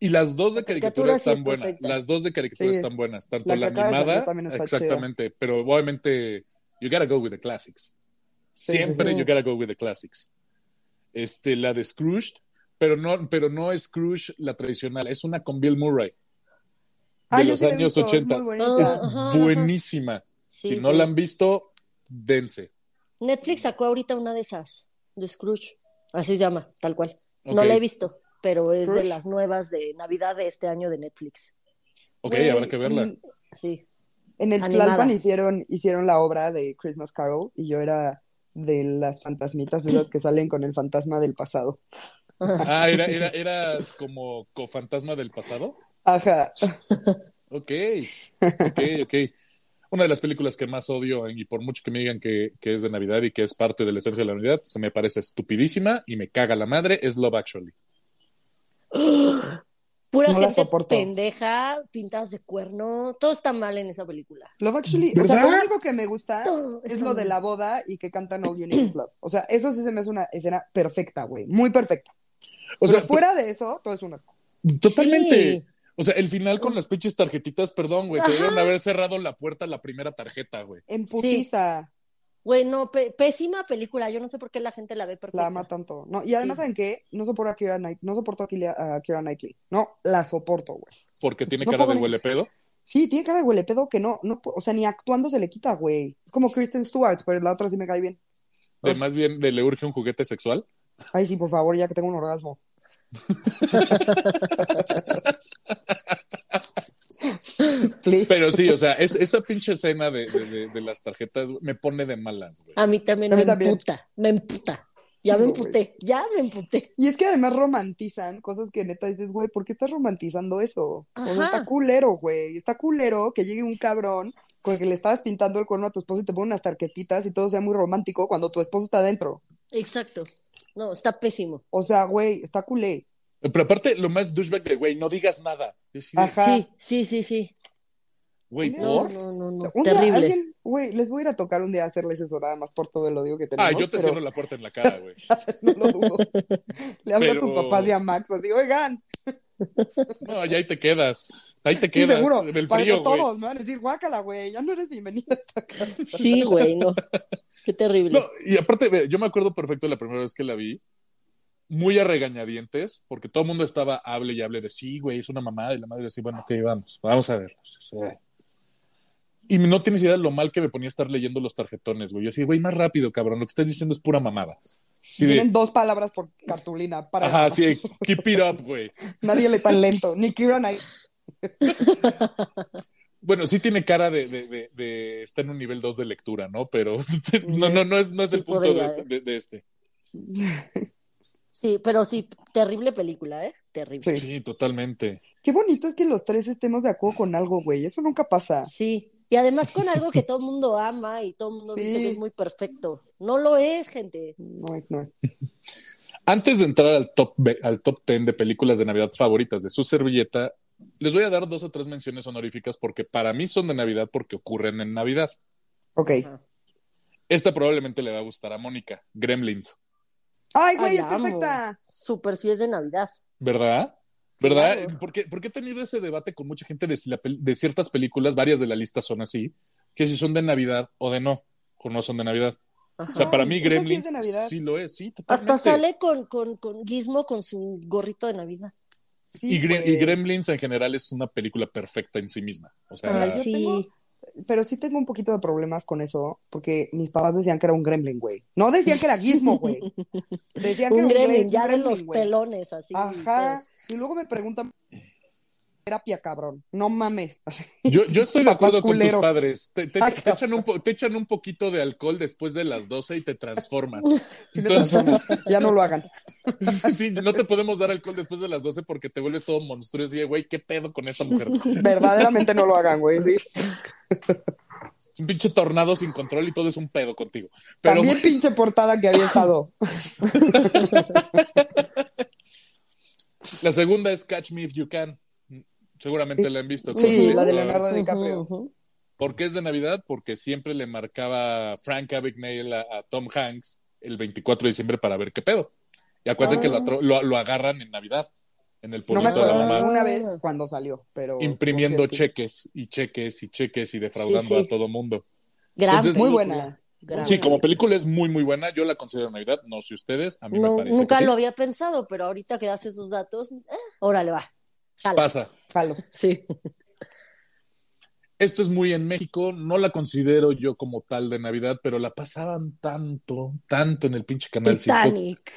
B: Y las dos de
A: La
B: caricatura
A: caricatura sí
B: están
A: es
B: buenas.
A: perfecta.
B: Las dos de caricatura
C: Sí.
B: están buenas. Tanto
C: La
B: la,
C: que acaba de salir
B: animada.
C: también está chida.
B: Exactamente. Pero obviamente, you gotta go with the classics.
C: Sí,
B: Siempre
A: sí, sí.
B: you gotta go with the classics. Este, la de Scrooge, pero no, pero no Scrooge la tradicional, es una con Bill Murray de
C: Ah, yo
B: los
C: sí la he
B: años
C: visto, es
B: 80.
C: muy
A: Ah,
C: bonita.
B: Es
A: ajá, ajá.
B: buenísima.
A: Sí,
B: si no
A: sí.
B: la han visto, dense.
A: Netflix sacó ahorita una de esas, de Scrooge, así se llama, tal cual. No
B: Ok.
A: la he visto, pero es de
C: Scrooge.
A: las nuevas de Navidad de este año de Netflix.
B: Ok,
C: Güey,
B: habrá que verla.
C: mm,
A: Sí.
C: En el
A: Animada.
C: Tlalpan hicieron, hicieron la obra de Christmas Carol y yo era de las fantasmitas esas que salen con el fantasma del pasado.
B: Ah, era, era, eras como cofantasma del pasado.
C: Ajá.
B: Ok, ok, ok. Una de las películas que más odio, y por mucho que me digan que, que es de Navidad y que es parte de la esencia de la Navidad, se me parece estupidísima y me caga la madre, es Love Actually.
A: Pura
C: No la
A: gente
C: soporto.
A: pendeja, pintadas de cuerno, todo está mal en esa película.
C: Love Actually, o sea,
B: ¿Verdad?
C: lo único que me gusta
A: Todo
C: Ah, es
A: está
C: lo de
A: mal.
C: la boda y que cantan All You Need Is Love. O sea, eso sí se me hace una escena perfecta, güey, muy perfecta.
B: O sea,
C: Pero fuera de eso, todo es un asco.
B: to- totalmente.
A: Sí.
B: O sea, el final con las pinches tarjetitas, perdón, güey, te
A: Ajá.
B: debieron haber cerrado la puerta a la primera tarjeta, güey.
C: En putiza
A: Güey, no, pe- pésima película. Yo no sé por qué la gente la ve perfecta.
C: la ama tanto. No, y además,
A: Sí.
C: ¿saben qué? No soporto a Kira Knight, no soporto a Kira, a Keira Knightley. No, la soporto, güey.
B: Porque tiene
C: No
B: cara
C: puedo
B: de
C: ni-
B: huele pedo.
C: Sí, tiene cara de huele pedo que no, no, pu- o sea, ni actuando se le quita, güey. Es como Kristen Stewart, pero la otra sí me cae bien.
B: De
C: Uf.
B: más bien de le urge un juguete sexual.
C: Ay, sí, por favor, ya que tengo un orgasmo. Please.
B: Pero sí, o sea, es, esa pinche escena de, de- de- de las tarjetas güey, me pone de malas, güey.
A: A mí también
C: A mí
A: me
C: también.
A: emputa, me emputa. Ya me
C: Chingo, güey.
A: emputé, ya me emputé.
C: Y es que además romantizan cosas que neta dices, güey, ¿por qué estás romantizando eso? O sea,
A: Ajá.
C: está culero, güey. Está culero que llegue un cabrón con el que le estabas pintando el cuerno a tu esposo y te pone unas tarjetitas y todo sea muy romántico cuando tu esposo está adentro.
A: Exacto. No, está pésimo.
C: O sea, güey, está culé.
B: Pero aparte, lo más douchebag de, güey, no digas nada. Es decir,
C: Ajá.
A: Sí, sí, sí, sí.
B: Güey,
A: No,
B: ¿por?
A: no, no, no.
C: Un día
A: Terrible.
C: alguien, güey, les voy a ir a tocar un día a hacerles eso nada más por todo el odio que tenemos.
B: Ah, yo te
C: pero
B: cierro la puerta en la cara, güey.
C: no lo dudo. Le hablo a tus
B: Pero-
C: papás y a Max así, oigan,
B: No, ya ahí te quedas. Ahí te
C: sí,
B: quedas.
C: seguro,
B: En el
C: para
B: frío, güey.
C: todos, me van a decir, guácala, güey, ya no eres bienvenida a esta casa.
A: Sí, güey, no. Qué terrible.
B: No, y aparte, ve, yo me acuerdo perfecto de la primera vez que la vi, muy a regañadientes, porque todo el mundo estaba hable y hable de sí, güey, es una mamada, y la madre decía, bueno, ok, vamos, vamos a verlo. Y no tienes idea de lo mal que me ponía estar leyendo los tarjetones, güey. Yo así, güey, más rápido, cabrón, lo que estás diciendo es pura mamada. Sí, de-
C: Tienen dos palabras por cartulina, para
B: ajá, sí, de, keep it up, güey.
C: nadie le tan lento, ni Kira Knight.
B: Bueno, sí tiene cara de, de, de- de- está en un nivel 2 de lectura, ¿no? Pero no, no, no es, no es
A: Sí
B: el punto
A: podría,
B: de este,
A: ¿eh?
B: de- de este.
A: Sí, pero sí, terrible película, ¿eh? Terrible.
C: Sí.
B: Sí, totalmente.
C: Qué bonito es que los tres estemos de acuerdo con algo, güey, eso nunca pasa.
A: Sí. Y además con algo que todo el mundo ama y todo el mundo dice
C: Sí.
A: que es muy perfecto. No lo es, gente.
C: No es, no es.
B: Antes de entrar al top, ve- al top 10 de películas de Navidad favoritas de su servilleta, les voy a dar dos o tres menciones honoríficas porque para mí son de Navidad porque ocurren en Navidad.
C: Ok.
B: Esta probablemente le va a gustar a Mónica, Gremlins,
C: Ay, güey,
A: Ay,
C: es
A: la amo.
C: perfecta.
A: Súper sí es de Navidad.
B: ¿verdad? ¿Verdad?
A: Claro.
B: Porque, porque he tenido ese debate con mucha gente de, si la pel- de ciertas películas, varias de la lista son así, que si son de Navidad o de no, o no son de Navidad. O sea,
C: Ay,
B: para mí
C: esa sí es de
B: Gremlins sí,
C: Navidad.
B: lo es, sí, totalmente.
A: Hasta sale con, con, con Gizmo con su gorrito de Navidad.
C: Sí,
B: Y, Gre-
C: güey.
B: y Gremlins en general es una película perfecta en sí misma. O sea,
A: Ay,
C: Ah, yo
A: sí.
C: tengo- Pero sí tengo un poquito de problemas con eso, porque mis papás decían que era un gremlin, güey. No decían que era gizmo, güey. Decían que
A: Un
C: era
A: gremlin,
C: un
A: ya de
C: gremlin,
A: los
C: güey.
A: pelones, así.
C: Ajá.
A: feos.
C: Y luego me preguntan, terapia, cabrón. No mames.
B: Yo, yo estoy de
C: Papás
B: acuerdo con tus
C: culeros.
B: padres. Te, te-
C: Ay,
B: te echan un po- te echan un poquito de alcohol después de las 12 y te transformas.
C: Sí me
B: Entonces-
C: transformo. ya no lo hagan.
B: Sí, no te podemos dar alcohol después de las 12 porque te vuelves todo monstruoso. Y de, güey, ¿qué pedo con esta mujer?
C: Verdaderamente no lo hagan, güey. sí.
B: Es un pinche tornado sin control y todo es un pedo contigo. Pero
C: También pinche portada que había estado.
B: la segunda es Catch Me If You Can. Seguramente la han visto.
C: Sí, la de
B: Ah,
C: Leonardo DiCaprio.
A: Ujú, ujú.
B: ¿Por qué es de Navidad? Porque siempre le marcaba Frank Abagnale a, a Tom Hanks el 24 de diciembre para ver qué pedo. Y acuérdate
C: Ah.
B: que lo, atro- lo- lo agarran en Navidad, en el
C: No me
B: pueblito de la
C: acuerdo
B: mamá.
C: una vez cuando salió, pero.
B: imprimiendo cheques
C: cheques.
B: y cheques y cheques y defraudando
A: Sí, sí.
B: a todo mundo.
A: Gran
B: Entonces,
C: Muy
A: película,
C: buena.
A: gran
B: Sí, como película es muy, muy buena. Yo la considero Navidad, no sé ustedes, a mí
A: No,
B: me parece.
A: nunca
B: que sí.
A: lo había pensado, pero ahorita que das esos datos, eh, órale, va. Jala.
B: pasa.
C: Jalo.
A: Sí.
B: Esto es muy en México, no la considero yo como tal de Navidad, pero la pasaban tanto, tanto en el pinche canal. cinco.
A: Titanic.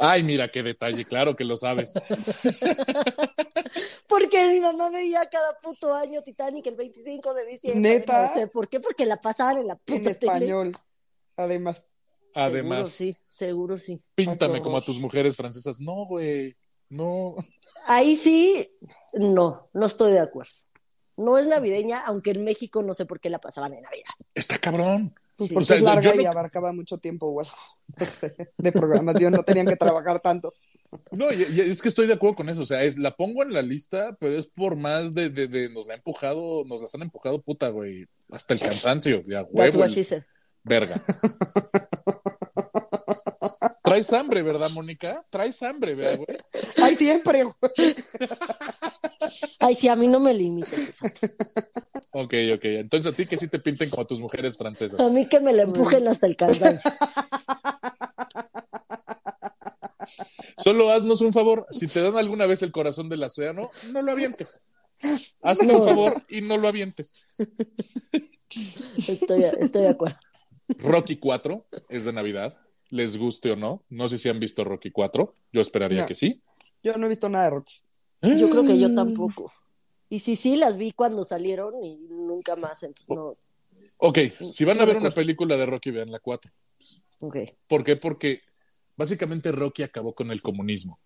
B: Ay, mira qué detalle, claro que lo sabes.
A: Porque mi mamá veía cada puto año Titanic el 25 de diciembre.
C: ¿Neta?
A: No sé por qué, porque la pasaban en la puta
C: En
A: tele.
C: español, además.
A: Seguro
B: Además,
A: sí, seguro sí.
B: píntame
A: Otro.
B: como a tus mujeres francesas. No, güey. No.
A: Ahí sí, no, no estoy de acuerdo. No es navideña, aunque en México no sé por qué la pasaban en Navidad.
B: Está cabrón.
A: Sí.
B: O sea,
C: es larga
B: yo
C: y
B: no-
C: abarcaba mucho tiempo o algo no sé, de programación, no tenían que trabajar tanto.
B: No, y, y es que estoy de acuerdo con eso. O sea, es, la pongo en la lista, pero es por más de, de, de- nos la ha empujado, nos las han empujado, puta, güey. Hasta el cansancio, ya,
A: That's
B: huevo,
A: what
B: el-
A: she said.
B: verga. Traes hambre, ¿verdad, Mónica? Traes hambre, ¿verdad, güey?
C: Ay, siempre, güey.
A: Ay, sí, a mí no me limita.
B: Ok, ok. Entonces a ti que sí te pinten como a tus mujeres francesas.
A: A mí que me la empujen hasta el cansancio.
B: Solo haznos un favor. Si te dan alguna vez el corazón del océano, no lo avientes. Hazte un
A: No.
B: favor y no lo avientes.
A: Estoy, estoy de acuerdo.
B: Rocky 4 es de Navidad. Les guste o no. No sé si han visto Rocky 4. Yo esperaría
C: No.
B: que sí.
C: Yo no he visto nada de Rocky.
A: Yo creo que yo tampoco. Y sí, sí, las vi cuando salieron y nunca más. Entonces, no.
B: Ok, si van a
A: No
B: ver una
A: recuerdo.
B: película de Rocky, vean la 4.
A: Ok.
B: ¿Por qué? Porque básicamente Rocky acabó con el comunismo.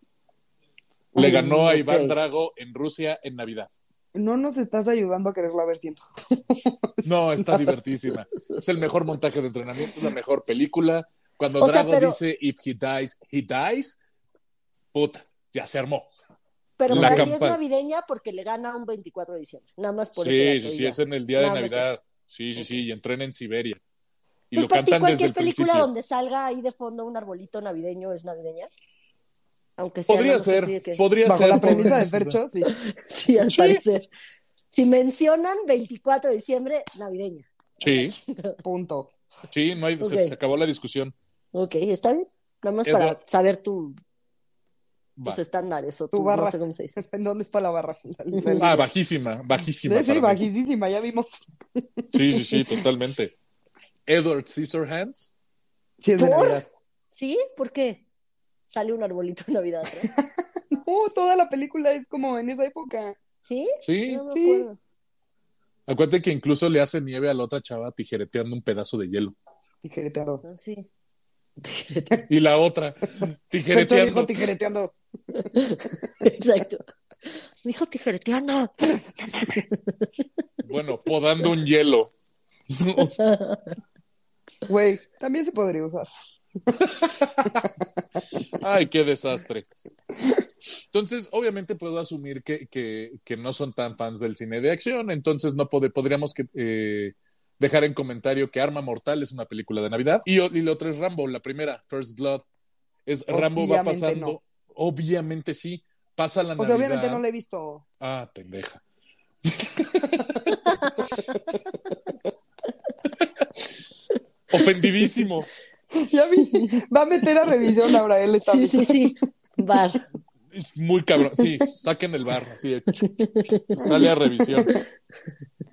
B: Le ganó a
A: Ok.
B: Iván Drago en Rusia en Navidad.
C: No nos estás ayudando a quererlo a ver, siento.
B: No, está divertísima. Es el mejor montaje de entrenamiento, es la mejor película. Cuando
A: O sea,
B: Drago
A: pero-
B: dice, if he dies, he dies, puta, ya se armó.
A: Pero
B: La
A: para mí es
B: campaña.
A: navideña porque le gana un 24 de diciembre. Nada más por
B: sí,
A: eso.
B: sí, sí, es en el día de
A: Nada más
B: Navidad.
A: eso.
B: Sí, sí, sí, y entrena en Siberia. Y
A: Y
B: lo
A: Pues para ti,
B: cantan desde
A: cualquier
B: el
A: película
B: principio.
A: donde salga ahí de fondo un arbolito navideño es navideña. Aunque sea.
B: Podría
A: nada más así de
B: ser,
A: que-
B: podría
C: Bajo
B: ser.
C: la premisa
B: podría
C: de
B: ser.
C: Fercho, sí.
A: Sí, al
B: Sí.
A: parecer. Si mencionan 24 de diciembre, navideña.
B: Sí,
C: Punto.
B: sí, no hay, se-
A: Ok.
B: se, acabó la discusión.
A: Ok, está bien. Nada más
B: Eduardo.
A: para saber tu-
B: Va.
A: tus estándares o
C: Tu
A: tu,
C: barra.
A: no sé cómo se dice.
C: ¿En dónde está la barra? La- la-
B: Ah, bajísima, bajísima.
C: sí,
B: para mí.
C: bajísima, ya vimos.
B: Sí, sí, sí, totalmente. Edward Scissorhands.
C: Sí, es de
A: ¿Por?
C: Navidad.
A: ¿Sí? ¿Por qué? Sale un arbolito en Navidad atrás.
C: No, toda la película es como en esa época.
A: ¿Sí?
B: Sí,
A: No me
C: Sí.
A: acuerdo.
B: acuérdate que incluso le hace nieve a la otra chava tijereteando un pedazo de hielo.
C: Tijereteando.
A: No, Ah, sí.
B: Y la otra,
C: Fercho dijo
B: tijereteando.
C: tijereteando.
A: Exacto. Me dijo tijereteando.
B: Bueno, podando un hielo. O sea,
C: Güey, también se podría usar.
B: Ay, qué desastre. Entonces, obviamente puedo asumir que, que- que no son tan fans del cine de acción, entonces no pod- podríamos que, eh, dejar en comentario que Arma Mortal es una película de Navidad. Y, o- y la otra es Rambo, la primera, First Blood. Es Rambo va
C: Obviamente
B: pasando.
C: no.
B: Obviamente sí, pasa la
C: O sea,
B: Navidad.
C: obviamente no la he visto.
B: Ah, pendeja. Ofendidísimo.
C: Ya vi. Va a meter a revisión ahora él está
A: Sí, sí, sí. Bar.
B: Es muy cabrón. Sí, saquen el bar. Así de chuc, chuc, sale a revisión.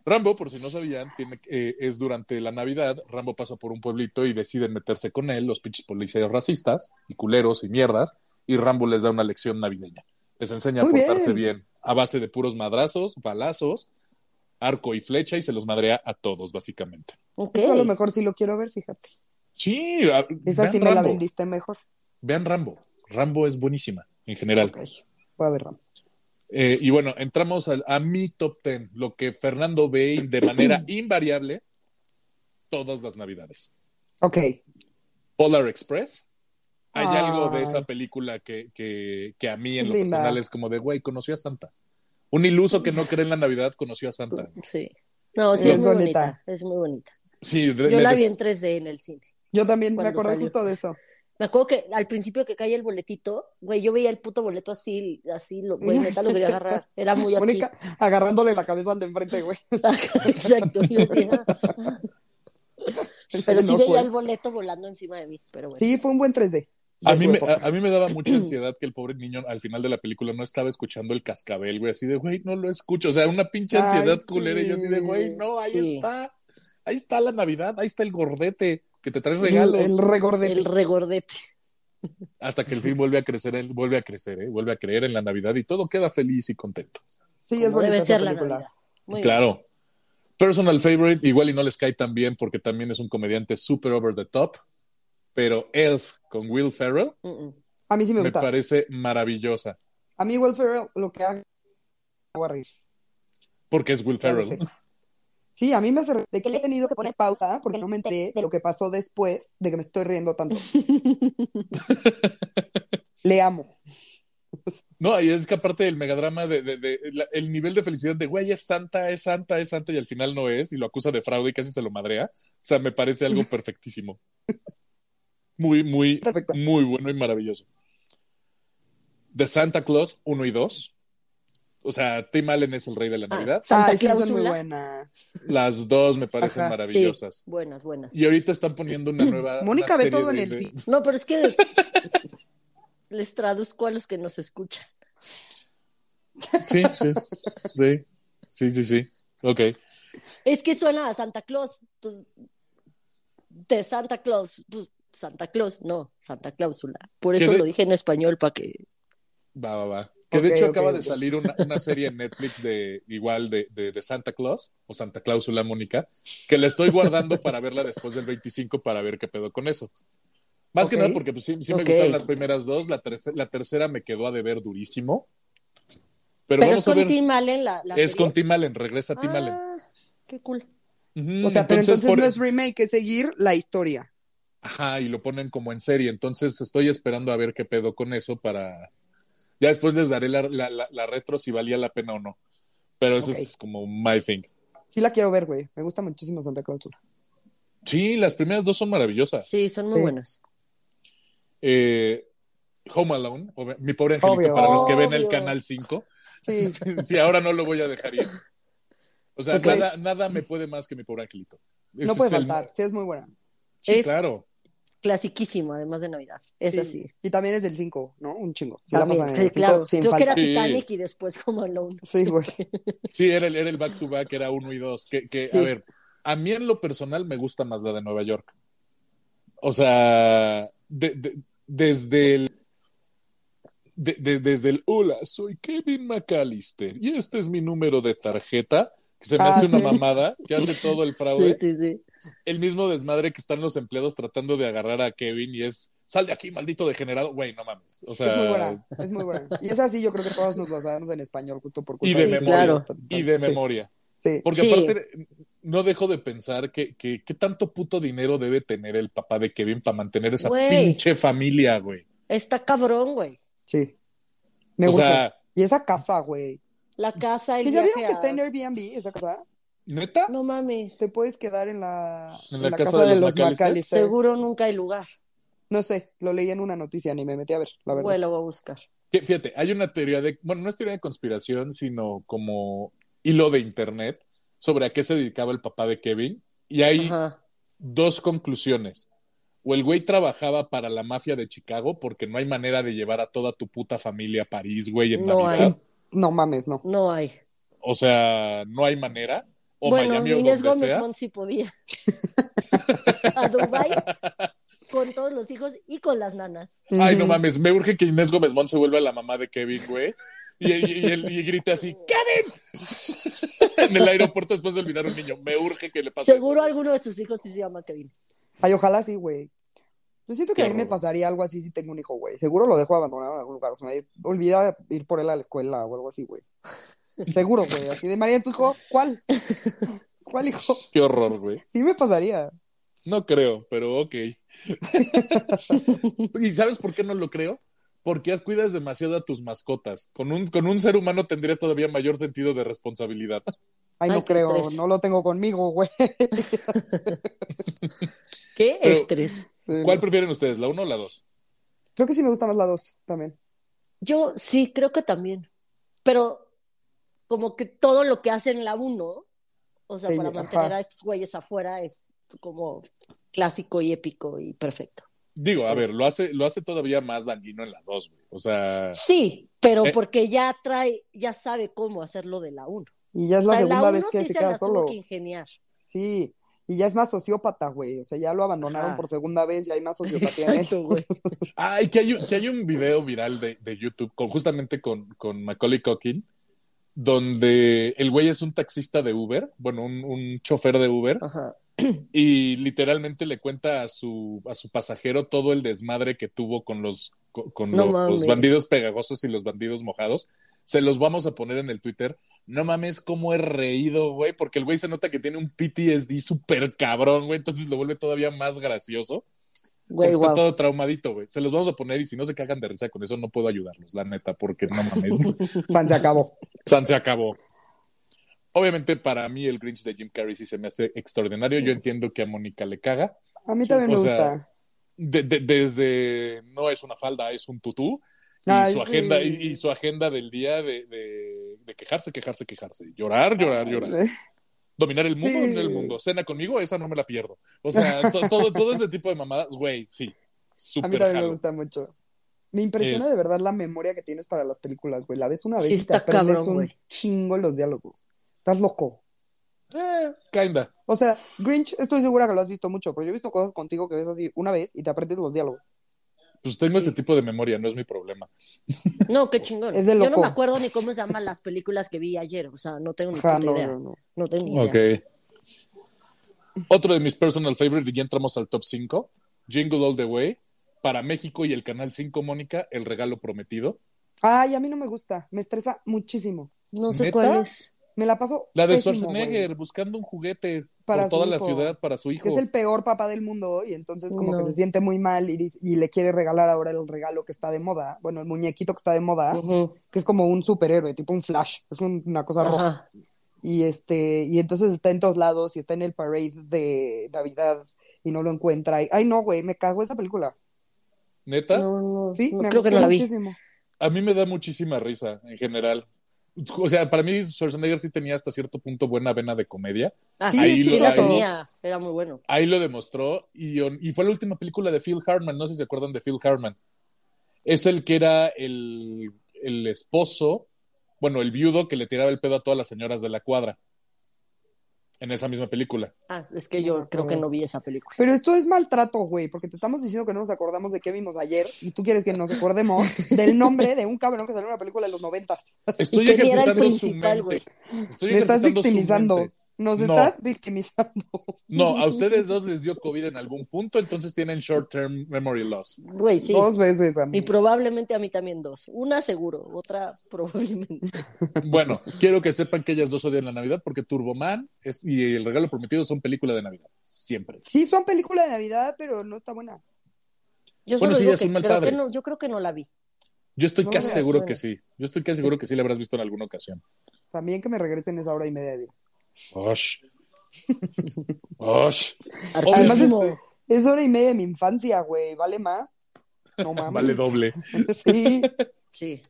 B: Rambo, por si no sabían, tiene, eh, es durante la Navidad. Rambo pasa por un pueblito y deciden meterse con él, los pinches policías racistas y culeros y mierdas. Y Rambo les da una lección navideña. Les enseña
C: Muy
B: a portarse
C: bien.
B: bien. a base de puros madrazos, balazos, arco y flecha y se los madrea a todos, básicamente.
A: Ok.
C: Eso a lo mejor sí lo quiero ver, fíjate.
B: Sí, a-
C: Esa
B: vean,
C: sí me la
B: Rambo,
C: vendiste mejor.
B: vean Rambo. Rambo es buenísima en general.
C: Ok. Voy a ver, Ram.
B: Eh, y bueno, entramos al- a, mi top ten, lo que Fernando ve de manera invariable todas las navidades.
C: Ok.
B: Polar Express. Hay
C: Ay.
B: algo de esa película que, que- que a mí en lo
C: Linda.
B: personal es como de, güey, conoció a Santa. Un iluso que no cree en la Navidad conoció a Santa.
A: Sí. No, sí,
C: Es
A: es, muy
C: bonita.
A: bonita. Es muy bonita.
B: Sí, le-
A: Yo
B: le
A: la
B: des-
A: vi en 3D en el cine.
C: Yo también me
A: Cuando
C: acordé
A: salió.
C: justo de eso.
A: Me acuerdo que al principio que caía el boletito, güey, yo veía el puto boleto así, así, lo, güey, neta lo quería agarrar. Era muy aquí.
C: Mónica agarrándole la cabeza al de enfrente, güey.
A: Exacto. yo decía, ah. pero sí
C: Este, No,
A: veía
C: güey.
A: el boleto volando encima de mí, pero bueno.
C: Sí, fue un buen 3D.
B: A
C: De
B: mí,
C: su
B: me, ah,
C: época.
B: a- a mí me daba mucha ansiedad que el pobre niño al final de la película no estaba escuchando el cascabel, güey, así de, güey, no lo escucho. O sea, una pinche
C: Ay,
B: ansiedad culera y yo así de,
C: sí,
B: güey, no, ahí
A: sí.
B: está. Ahí está la Navidad, ahí está el gordete que te trae
C: el,
B: regalos.
C: el regordete.
A: El regordete.
B: Hasta que el fin vuelve a crecer, él vuelve a crecer, ¿eh? vuelve a creer en la Navidad y todo queda feliz y contento.
C: Sí, es
A: como
C: bonita
A: debe
C: esa
A: ser la
C: película.
A: Navidad. Muy bien.
B: claro. Personal favorite, igual y no les cae tan bien porque también es un comediante súper over the top, pero Elf con Will Ferrell
A: Mm, mm.
C: A mí sí me
B: me,
C: gusta.
B: parece maravillosa,
C: A mí Will Ferrell lo que haga... me hago a reír.
B: porque es Will
C: Ya lo
B: Ferrell.
C: sé. Sí, a mí me hace reír. De que le he tenido que poner pausa porque no me enteré de lo que pasó después de que me estoy riendo tanto. le amo.
B: No, y es que aparte del megadrama, de, de- de- la- el nivel de felicidad de, güey, es santa, es santa, es santa, y al final no es, y lo acusa de fraude y casi se lo madrea. O sea, me parece algo perfectísimo. Muy, muy,
C: Perfecto.
B: muy bueno y maravilloso. De Santa Claus 1 y 2. O sea, Tim Allen es el rey de la
A: Ah,
B: Navidad.
A: Santa
C: Ay, sí, son muy
A: Clausula.
C: buena.
B: Las dos me parecen
C: Ajá,
B: maravillosas.
A: Buenas, buenas.
B: Y ahorita están poniendo una nueva.
C: Mónica
B: una
C: ve
B: serie
C: todo en
B: de-
C: el
B: de-
C: cine.
A: No, pero es que les traduzco a los que nos escuchan.
B: Sí, sí, sí. Sí, sí, sí. Ok.
A: Es que suena a Santa Claus. pues, de Santa Claus. pues, Santa Claus, no, Santa Clausula. Por eso
B: ¿Qué de-
A: lo dije en español para que.
B: Va, va, va. Que de
C: Ok,
B: hecho
C: ok,
B: acaba de
C: ok.
B: salir una, una serie en Netflix de igual de, de, de Santa Claus o Santa Clausula Mónica, que la estoy guardando para verla después del 25 para ver qué pedo con eso. Más que
C: Ok.
B: nada porque pues, sí, sí me
A: Ok.
B: gustaron las primeras dos, la, terce- la tercera me quedó a deber durísimo. Pero,
A: Pero, es
B: vamos a
A: con
B: ver,
A: Tim Allen la. la
B: es
A: serie.
B: con Tim Allen, regresa Tim Allen.
A: Ah, qué cool.
B: Ujú,
C: O sea, pero entonces
B: por-
C: no es remake, es seguir la historia.
B: Ajá, y lo ponen como en serie. Entonces estoy esperando a ver qué pedo con eso para. Ya después les daré la, la, la- la retro si valía la pena o no. Pero eso
C: Ok.
B: es como my thing.
C: Sí la quiero ver, güey. Me gusta muchísimo Santa Clausula.
B: Sí, las primeras dos son maravillosas.
A: Sí, son muy
C: Sí.
A: buenas.
B: Eh, Home Alone, obvia- mi pobre angelito,
C: Obvio.
B: para los que ven el
A: Obvio.
B: canal 5.
C: Sí.
B: sí, ahora no lo voy a dejar ir. O sea,
C: Ok.
B: nada, nada me puede más que mi pobre angelito.
C: No
B: Ese
C: puede
B: es el-
C: faltar. Sí, es muy buena.
B: Sí,
A: Es-
B: claro.
A: Clasiquísimo, además de Navidad. Es
C: Sí.
A: así.
C: Y también es del 5, ¿no? Un chingo. Sí, la
A: También,
C: pasan en
A: que-
C: el cinco
A: claro.
C: sin
A: Creo que
C: falta.
A: era
B: Sí.
A: Titanic y después como Alone.
C: Sí, güey.
B: Sí, era el, era el back to back, era uno y dos. Que, que,
A: Sí.
B: A ver, a mí en lo personal me gusta más la de Nueva York. O sea, de- de- desde el. de- de- desde el hola, soy Kevin McAllister y este es mi número de tarjeta, que se me
C: Ah,
B: hace una
C: sí.
B: mamada, que hace todo el
A: Sí,
B: fraude.
A: sí, sí.
B: El mismo desmadre que están los empleados tratando de agarrar a Kevin y es, sal de aquí, maldito degenerado. Güey, no mames. O
C: Es muy
B: sea,
C: buena. Es muy buena. Y esa sí, yo creo que todos nos la sabemos en español, justo por culpa
B: Y de
C: Sí,
B: memoria.
A: claro.
B: y de
C: Sí,
B: memoria.
C: Sí.
B: Porque
A: Sí.
B: aparte, no dejo de pensar que, que, qué tanto puto dinero debe tener el papá de Kevin para mantener esa
A: Güey.
B: pinche familia, güey.
A: Está cabrón, güey.
C: Sí. Me
B: o
C: gusta.
B: sea,
C: Y esa casa, güey.
A: La casa, el
C: ¿Y ya
A: viaje
C: vieron que
A: a-
C: está en Airbnb esa casa?
B: ¿neta?
A: No mames.
C: Se puedes quedar en la,
B: ¿En la casa de los McAllister?
A: Seguro nunca hay lugar.
C: No sé, lo leí en una noticia, ni me metí a ver, la verdad.
A: Güey, lo voy a buscar.
B: Que, fíjate, hay una teoría de, bueno, no es teoría de conspiración, sino como hilo de internet sobre a qué se dedicaba el papá de Kevin. Y hay
A: Ajá.
B: dos conclusiones. O el güey trabajaba para la mafia de Chicago porque no hay manera de llevar a toda tu puta familia a París, güey, en
A: No hay.
B: Navidad.
C: No mames, no.
A: No hay.
B: O sea, no hay manera. O
A: bueno,
B: Miami o
A: Inés
B: donde
A: Gómez
B: sea.
A: Mont sí podía. a Dubái con todos los hijos y con las nanas.
B: Ay, no
C: Ujú.
B: mames, me urge que Inés Gómez Mont se vuelva la mamá de Kevin, güey. Y, y, y él- y grita así, ¡Kevin! en el aeropuerto después de olvidar un niño. Me urge que le pase
A: Seguro
B: eso.
A: alguno de sus hijos sí se llama Kevin.
C: Ay, ojalá sí, güey. Yo siento que
B: Qué
C: a mí me
B: horror.
C: pasaría algo así si tengo un hijo, güey. Seguro lo dejo abandonado en algún lugar. O sea, me olvida ir por él a la escuela o algo así, güey. Seguro, güey. Así de María, tu hijo, ¿cuál? ¿Cuál hijo?
B: Qué horror, güey.
C: Sí me pasaría.
B: No creo, pero ok. ¿Y sabes por qué no lo creo? Porque cuidas demasiado a tus mascotas. Con un, con un ser humano tendrías todavía mayor sentido de responsabilidad.
C: Ay, no
A: Ay, pues, qué
C: creo,
A: estrés.
C: no lo tengo conmigo, güey.
A: Qué
B: Pero-
A: estrés.
B: ¿Cuál prefieren ustedes, la uno o la dos?
C: Creo que sí me gusta más la dos también.
A: Yo sí, creo que también. Pero como que todo lo que hacen la uno, o sea,
C: Sí,
A: para
C: ajá.
A: mantener a estos güeyes afuera es como clásico y épico y perfecto.
B: Digo, a
C: Sí.
B: ver, lo hace, lo hace todavía más dañino en la dos, güey. O sea,
A: Sí, pero
B: Eh.
A: porque ya trae, ya sabe cómo hacerlo de la uno.
C: Y ya es
A: O
C: la
A: sea, la
C: segunda
A: uno
C: vez que
A: sí
C: se
A: se
C: queda
A: las
C: solo.
A: tuvo que ingeniar.
C: Sí. Y ya es más sociópata, güey. O sea, ya lo abandonaron
A: Ajá.
C: por segunda vez, ya hay más sociopatía en él.
A: Exacto, güey.
B: Ay, que hay, un- que hay un video viral de, de YouTube, con, justamente con, con Macaulay Culkin, donde el güey es un taxista de Uber, bueno, un, un chofer de Uber,
A: Ajá.
B: y literalmente le cuenta a su, a su pasajero todo el desmadre que tuvo con los, co- con
A: No
B: lo- los
A: mames.
B: bandidos pegajosos y los bandidos mojados. Se los vamos a poner en el Twitter. No mames, cómo he reído, güey, porque el güey se nota que tiene un PTSD súper cabrón, güey, entonces lo vuelve todavía más gracioso.
A: Güey,
B: porque está
A: guau.
B: todo traumadito, güey. Se los vamos a poner y si no se cagan de risa con eso, no puedo ayudarlos, la neta, porque no mames.
C: Fan, se acabó.
B: San se acabó. Obviamente, para mí, el Grinch de Jim Carrey sí se me hace extraordinario. Yo entiendo que a Mónica le caga.
C: A mí
A: Sí,
C: también me
B: o sea,
C: gusta.
B: De- de- desde no es una falda, es un tutú. Y
C: Ay,
B: su
C: sí.
B: agenda, y, y su agenda del día de, de- de quejarse, quejarse, quejarse. Llorar, llorar, llorar. Dominar el mundo,
C: Sí.
B: dominar el mundo. Cena conmigo, esa no me la pierdo. O sea, to- todo, todo ese tipo de mamadas, güey, sí.
C: A mí
B: Súper
C: también me
B: jalo.
C: gusta mucho. Me impresiona
B: Es-
C: de verdad la memoria que tienes para las películas, güey. La ves una vez
A: Sí,
C: y te
A: está
C: aprendes
A: cabrón,
C: un
A: güey.
C: chingo los diálogos. Estás loco.
B: Eh, kinda.
C: O sea, Grinch, estoy segura que lo has visto mucho, pero yo he visto cosas contigo que ves así una vez y te aprendes los diálogos.
B: Pues tengo ese tipo de memoria, no es mi problema.
A: No, qué chingón.
C: Es de
A: Yo no
C: loco.
A: me acuerdo ni cómo se llaman las películas que vi ayer, o sea, no tengo ni
C: Ajá,
A: puta
C: Ah, no,
A: idea.
C: no, no.
A: No tengo ni idea.
B: Ok. Otro de mis personal favorites, y ya entramos al top 5, Jingle All the Way, para México y el Canal 5, Mónica, El Regalo Prometido.
C: Ay, a mí no me gusta. Me estresa muchísimo.
A: No sé
B: ¿Neta?
A: cuál es.
C: Me la paso.
B: La de
C: pésimo,
B: Schwarzenegger,
C: güey.
B: buscando un juguete
C: Para
B: por
C: su
B: toda la
C: hijo.
B: ciudad para su hijo.
C: Es el peor papá del mundo y entonces como
A: No.
C: que se siente muy mal y, dice- y le quiere regalar ahora el regalo que está de moda. Bueno, el muñequito que está de moda,
A: Ujú.
C: que es como un superhéroe, tipo un flash. Es un- una cosa roja.
A: Ajá.
C: y este y entonces está en todos lados y está en el parade de Navidad y no lo encuentra y- ay no güey me cago esa película
B: ¿Neta?
A: No, no,
C: sí
A: no,
C: me
A: creo que no
C: gustó
A: la vi.
C: muchísimo.
B: A mí me da muchísima risa en general. O sea, para mí Schwarzenegger sí tenía hasta cierto punto buena vena de comedia.
A: Ah,
C: Sí,
A: sí,
B: ahí
A: sí
B: lo-
A: la
B: ahí-
A: tenía. Era muy bueno.
B: Ahí lo demostró y, y fue la última película de Phil Hartman. No sé si se acuerdan de Phil Hartman. Es el que era el, el esposo, bueno, el viudo que le tiraba el pedo a todas las señoras de la cuadra. En esa misma película.
A: Ah, es que yo
C: No,
A: creo que
C: no.
A: no vi esa película.
C: pero esto es maltrato güey porque te estamos diciendo que no nos acordamos de qué vimos ayer y tú quieres que nos acordemos del nombre de un cabrón que salió en una película de los noventas
B: Estoy
A: que ni era el
B: ejercitando su
A: principal, güey.
B: mente. Estoy
C: me estás
B: ejercitando su
C: victimizando
B: mente.
C: nos
B: No.
C: estás victimizando
B: No, a ustedes dos les dio COVID en algún punto, entonces tienen short-term memory loss.
A: Güey, sí.
C: dos veces a mí
A: Y probablemente a mí también dos. Una seguro, otra probablemente.
B: Bueno, quiero que sepan que ellas dos odian la Navidad porque Turboman es- y El Regalo Prometido son películas de Navidad. Siempre.
C: sí son películas de Navidad pero no está buena
A: Yo solo
B: Bueno, sí,
A: digo
B: es
A: que
B: un mal
A: creo
B: padre.
A: que no, yo creo que no la vi.
B: Yo estoy
C: No
B: casi
C: me
B: seguro
A: suena.
B: que sí. Yo estoy casi seguro que sí la habrás visto en alguna ocasión.
C: también que me regresen esa hora y media de vida.
B: Osh. Osh.
C: además es,
A: Hartísimo.
C: es hora y media de mi infancia güey vale más no mames
B: Vale doble.
C: Sí,
A: Sí.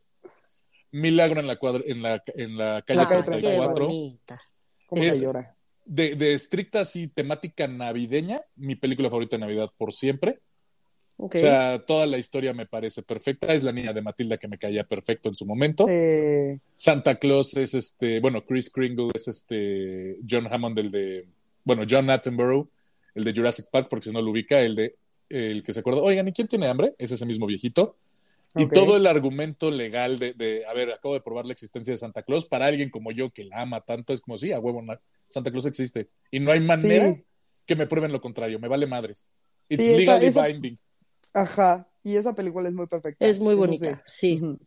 B: Milagro en la cuadra, en la, en la calle
A: Ay,
C: calle
A: Ah, qué
B: 34.
A: bonita.
C: cómo
B: Es-
C: se llora.
B: De, de estricta así temática navideña, mi película favorita de Navidad por siempre.
A: Ok.
B: O sea, toda la historia me parece perfecta. Es la niña de Matilda que me caía perfecto en su momento.
C: Sí.
B: Santa Claus es este, bueno, Chris Kringle es este, John Hammond, el de, bueno, John Attenborough, el de Jurassic Park, porque si no lo ubica, el de, el que se acuerda, oigan, ¿y quién tiene hambre? Es ese mismo viejito. Y
C: Ok.
B: todo el argumento legal de, de, a ver, acabo de probar la existencia de Santa Claus, para alguien como yo que la ama tanto, es como, sí, a huevo, na- Santa Claus existe. Y no hay manera
C: Sí,
B: que me prueben lo contrario, me vale madres. It's
C: Sí, esa-
B: legally
C: esa-
B: binding.
C: ajá. Y esa película es muy perfecta.
A: es muy
C: Eso
A: bonita,
C: sí.
A: sí.
C: Ujú.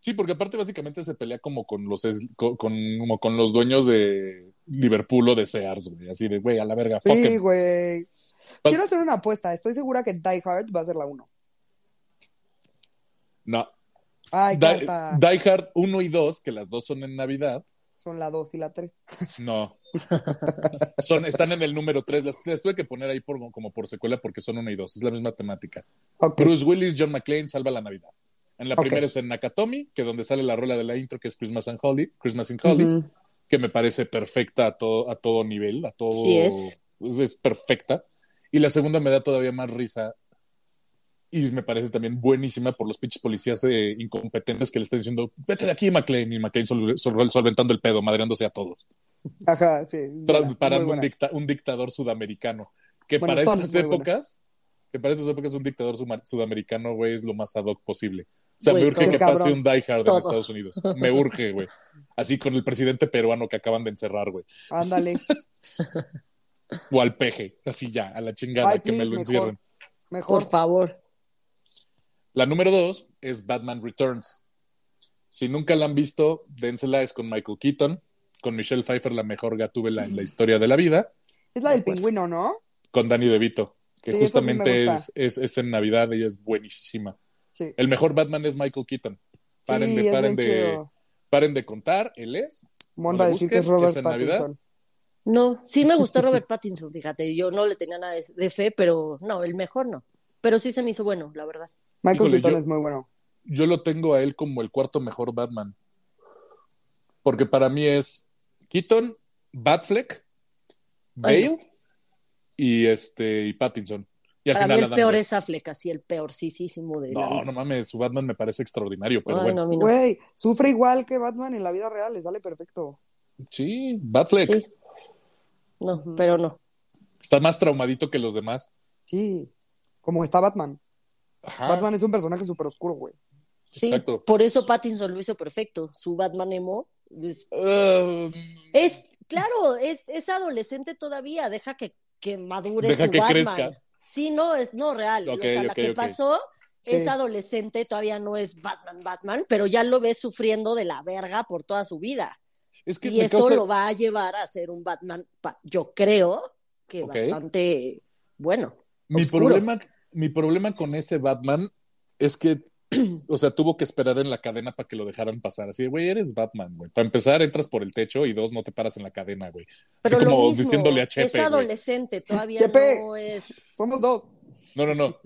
B: Sí, porque aparte básicamente se pelea como con los es- co- con, como con los dueños de Liverpool o de Sears, güey. Así de, güey, a la verga, fuck
C: Sí,
B: it.
C: güey.
B: Pues
C: Quiero hacer una apuesta. Estoy segura que Die Hard va a ser la 1.
B: No.
C: Ay,
B: Die,
C: carta.
B: Die Hard 1 y 2, que las dos son en Navidad,
C: Son la 2 y la 3.
B: no. Son, están en el número 3. Las, las tuve que poner ahí por, como por secuela porque son 1 y 2. Es la misma temática.
C: Ok.
B: Bruce Willis, John McClane, salva la Navidad. En la
C: Ok.
B: primera es en Nakatomi, que donde sale la rola de la intro, que es Christmas and Holly, Christmas in Hollies.
C: Ujú.
B: que me parece perfecta a todo, a todo nivel, a todo.
A: Sí es.
B: es- es perfecta. Y la segunda me da todavía más risa. Y me parece también buenísima por los pinches policías eh, incompetentes que le están diciendo, vete de aquí, McLean. Y McLean sol- sol- solventando el pedo, madreándose a todos.
C: Ajá, sí.
B: Tra-
C: buena, muy
B: parando un,
C: buena.
B: dicta- un dictador sudamericano. Que
C: Bueno,
B: para
C: son
B: estas
C: muy buenas.
B: épocas, que para estas épocas un dictador suma- sudamericano, güey, es lo más ad hoc posible. O sea,
A: Güey,
B: me urge
A: todo.
B: que pase un Die Hard en
A: Todo.
B: Estados Unidos. Me urge, güey. Así con el presidente peruano que acaban de encerrar, güey.
C: Ándale.
B: o al peje, así ya, a la chingada,
C: Ay,
B: que me
C: please,
B: lo
C: mejor.
B: encierren.
C: Mejor.
A: Por favor.
B: La número dos es Batman Returns. Si nunca la han visto, dénsela, es con Michael Keaton, con Michelle Pfeiffer, la mejor gatúbela en la historia de la vida,
C: Es la
B: pues.
C: del pingüino, ¿no?
B: con Danny DeVito, que
C: Sí, esa sí me
B: justamente
C: gusta.
B: es, es, es en Navidad, ella es buenísima.
C: Sí.
B: El mejor Batman es Michael Keaton. Eh, Paren,
C: Sí,
B: de,
C: es
B: paren,
C: bien
B: de,
C: chido.
B: paren de contar, él es.
C: Mon
B: no
C: va a
B: lo
C: decir que es
B: busquen, que
C: Robert
B: es en Navidad.
C: Pattinson.
A: No, sí me gustó Robert Pattinson, fíjate, yo no le tenía nada de, de fe, pero no, el mejor no. Pero sí se me hizo bueno, la verdad.
C: Michael
B: Híjole,
C: Keaton
B: yo-
C: es muy bueno.
B: Yo lo tengo a él como el cuarto mejor Batman. Porque para mí es Keaton, Batfleck, Bale
A: Ay,
B: y este y Pattinson. Y al
A: Para mí
B: final
A: el
B: Adam
A: peor
B: West.
A: es Affleck, así el peorcísimo de la
B: No,
A: vida.
B: no mames, su Batman me parece extraordinario, pero
A: Ay, no,
B: bueno.
A: a mí no.
C: Güey, sufre igual que Batman en la vida real, le sale perfecto.
B: Sí, Batfleck
A: Sí. No,
C: Ujú.
A: pero no.
B: está más traumadito que los demás.
C: Sí. Como está Batman.
B: Ajá,
C: Batman es un personaje súper oscuro, güey.
A: Sí,
B: exacto.
A: por eso Pattinson lo hizo perfecto. Su Batman emo es,
B: Ah,
A: es- claro, es, es adolescente todavía, deja que, que madure
B: Deja
A: su
B: que
A: Batman.
B: crezca.
A: Sí, no, es no real.
B: Ok,
A: o sea, la
B: ok,
A: que
B: ok.
A: pasó
C: Sí.
A: es adolescente, todavía no es Batman, Batman, pero ya lo ves sufriendo de la verga por toda su vida.
B: es que
A: Y
B: me
A: eso
B: causa-
A: lo va a llevar a ser un Batman, pa- yo creo que
B: Ok.
A: bastante bueno.
B: mi
A: oscuro.
B: problema, mi problema con ese Batman es que, o sea, tuvo que esperar en la cadena para que lo dejaran pasar. Así, de, güey, eres Batman, güey. Para empezar, entras por el techo y dos, no te paras en la cadena, güey.
A: Pero
B: Así
A: lo
B: como
A: mismo,
B: diciéndole a Chepe,
A: es
B: güey.
A: adolescente, todavía
C: Chepe.
A: no es.
C: Somos dos.
B: No, no, no.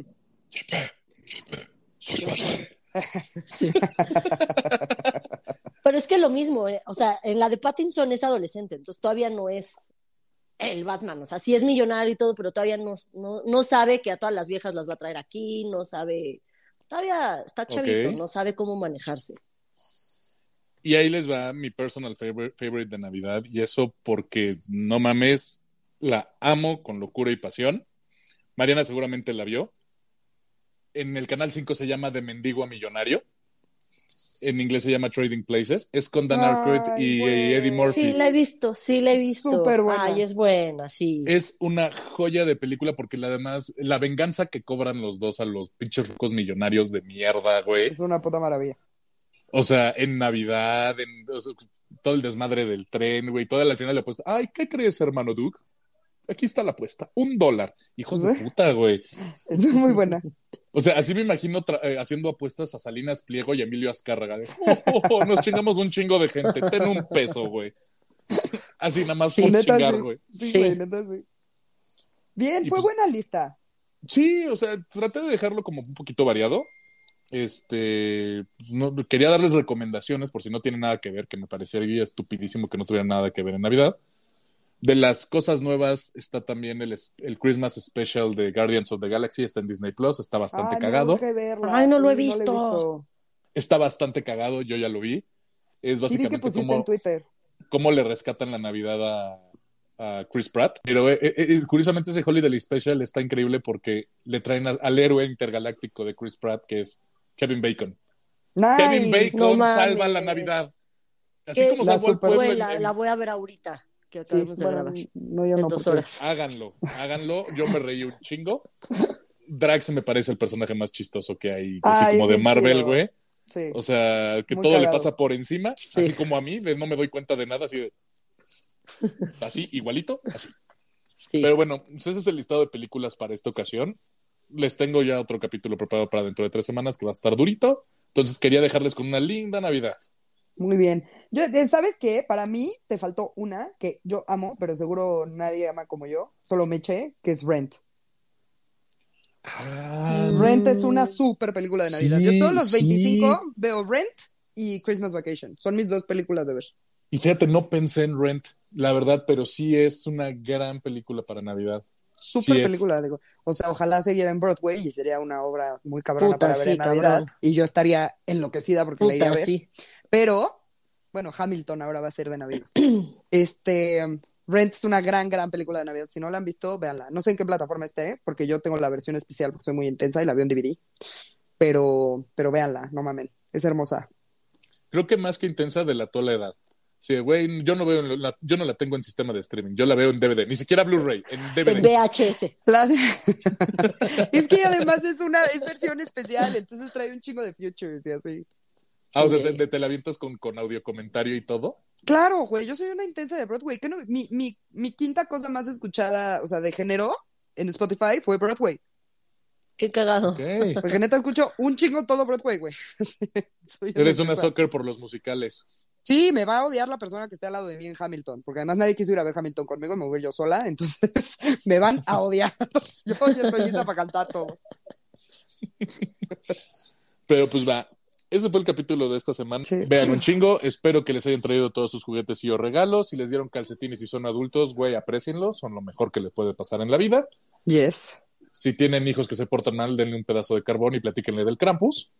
B: Chepe, Chepe, soy Batman.
A: Pero es que lo mismo, eh, o sea, en la de Pattinson es adolescente, entonces todavía no es el Batman, o sea, sí es millonario y todo, pero todavía no, no, no sabe que a todas las viejas las va a traer aquí, no sabe, todavía está chavito,
B: Ok.
A: no sabe cómo manejarse.
B: Y ahí les va mi personal favor- favorite de Navidad. Y eso porque, no mames, la amo con locura y pasión. Mariana seguramente la vio. En el canal 5 se llama De Mendigo a Millonario. En inglés se llama Trading Places. Es con Dan
C: Ay,
B: Aykroyd y
C: güey.
B: Eddie Murphy.
A: Sí, la he visto, sí, la he visto.
C: Súper buena.
A: Ay, es buena, sí.
B: Es una joya de película porque la- además la venganza que cobran los dos a los pinches ricos millonarios de mierda, güey.
C: Es una puta maravilla.
B: O sea, en Navidad, en o sea, todo el desmadre del tren, güey, toda la final la apuesta. Ay, ¿qué crees, hermano Duke? Aquí está la apuesta, un dólar. Hijos de puta, güey.
C: Es muy buena.
B: O sea, así me imagino tra- eh, haciendo apuestas a Salinas Pliego y Emilio Azcárraga. de, "Oh, oh, oh, nos chingamos un chingo de gente, ten un peso, güey. Así nada más
A: Sí,
B: por
C: neta,
B: chingar,
C: sí.
B: güey.
C: Sí,
A: Sí.
C: güey, neta, sí. Bien,
B: Y
C: fue
B: pues-
C: buena lista.
B: Sí, o sea, traté de dejarlo como un poquito variado. Este, pues, no, quería darles recomendaciones por si no tiene nada que ver, que me parecería estupidísimo que no tuviera nada que ver en Navidad. De las cosas nuevas está también el, es- el Christmas Special de Guardians of the Galaxy, está en Disney Plus, está bastante
C: Ay, me
B: cagado.
C: urge verla.
A: Ay, no lo he
C: Sí,
A: visto.
B: Está bastante cagado, yo ya lo vi. Es
C: Sí, vi que
B: básicamente
C: pusiste
B: como
C: en Twitter.
B: cómo le rescatan la Navidad a, a Chris Pratt. Pero eh, eh, eh, curiosamente ese Holiday Special está increíble porque le traen a- al héroe intergaláctico de Chris Pratt, que es Kevin Bacon. Kevin
C: Nice.
A: no
B: Bacon
A: mames.
B: salva la Navidad. Así
A: Qué-
B: como
C: La
B: salvó al pueblo,
A: Güey,
B: en-
A: la,
B: en-
A: la voy a ver ahorita, que
C: Sí,
A: acabamos de
C: bueno,
A: grabar,
C: no, yo
A: en
C: no.
A: dos
C: porque-
A: horas.
B: háganlo, háganlo. Yo me reí un chingo. Drax me parece el personaje más chistoso que hay, así
C: Ay,
B: como de
C: bien
B: Marvel,
C: chido.
B: güey.
C: Sí.
B: O sea, que
C: Muy
B: todo le
C: cagado.
B: pasa por encima,
A: Sí.
B: así como a mí, de no me doy cuenta de nada, así de... Así, igualito, así.
A: Sí.
B: Pero bueno, pues ese es el listado de películas para esta ocasión. Les tengo ya otro capítulo preparado para dentro de tres semanas que va a estar durito. Entonces quería dejarles con una linda Navidad.
C: Muy bien. Yo, eh, ¿Sabes qué? Para mí te faltó una que yo amo, pero seguro nadie ama como yo. Solo me eché, que es Rent.
A: Mm.
C: Rent es una super película de Navidad.
B: Sí,
C: yo todos los
B: sí.
C: 25 veo Rent y Christmas Vacation. Son mis dos películas de ver.
B: Y fíjate, no pensé en Rent, la verdad, pero sí es una gran película para Navidad.
C: Super
B: Sí es.
C: película, digo. O sea, ojalá se viera en Broadway y sería una obra muy cabrona
A: Puta,
C: para ver
A: sí,
C: en Navidad.
A: cabrón.
C: Y yo estaría enloquecida porque la iría a
A: Puta,
C: ver.
A: sí.
C: Pero, bueno, Hamilton ahora va a ser de Navidad. este, Rent es una gran, gran película de Navidad. Si no la han visto, véanla. No sé en qué plataforma esté, porque yo tengo la versión especial porque soy muy intensa y la veo en DVD. Pero, pero véanla, no mamen. Es hermosa.
B: Creo que más que intensa delató la edad. Sí, güey, yo no veo la, yo no la tengo en sistema de streaming, yo la veo en DVD, ni siquiera Blu-ray, en
A: En
B: DVD.
A: VHS.
C: La- es que además es una es versión especial, entonces trae un chingo de futures y así.
B: Ah, o sea, se- te la avientas con, con audio comentario y todo.
C: Claro, güey, yo soy una intensa de Broadway. ¿Qué no- mi, mi, mi quinta cosa más escuchada, o sea, de género en Spotify fue Broadway.
A: Qué cagado.
B: Ok.
C: Porque neta escucho un chingo todo Broadway, güey. Soy
B: Eres una
C: intensa.
B: soccer por los musicales.
C: Sí, me va a odiar la persona que esté al lado de mí en Hamilton, porque además nadie quiso ir a ver Hamilton conmigo, me voy yo sola, entonces me van a odiar. Yo ya estoy lista para cantar todo.
B: Pero pues va. Ese fue el capítulo de esta semana.
C: Sí.
B: Vean un chingo. Espero que les hayan traído todos sus juguetes y o regalos. Si les dieron calcetines y son adultos, güey, aprécienlos. Son lo mejor que les puede pasar en la vida.
C: Yes.
B: Si tienen hijos que se portan mal, denle un pedazo de carbón y platíquenle del Krampus.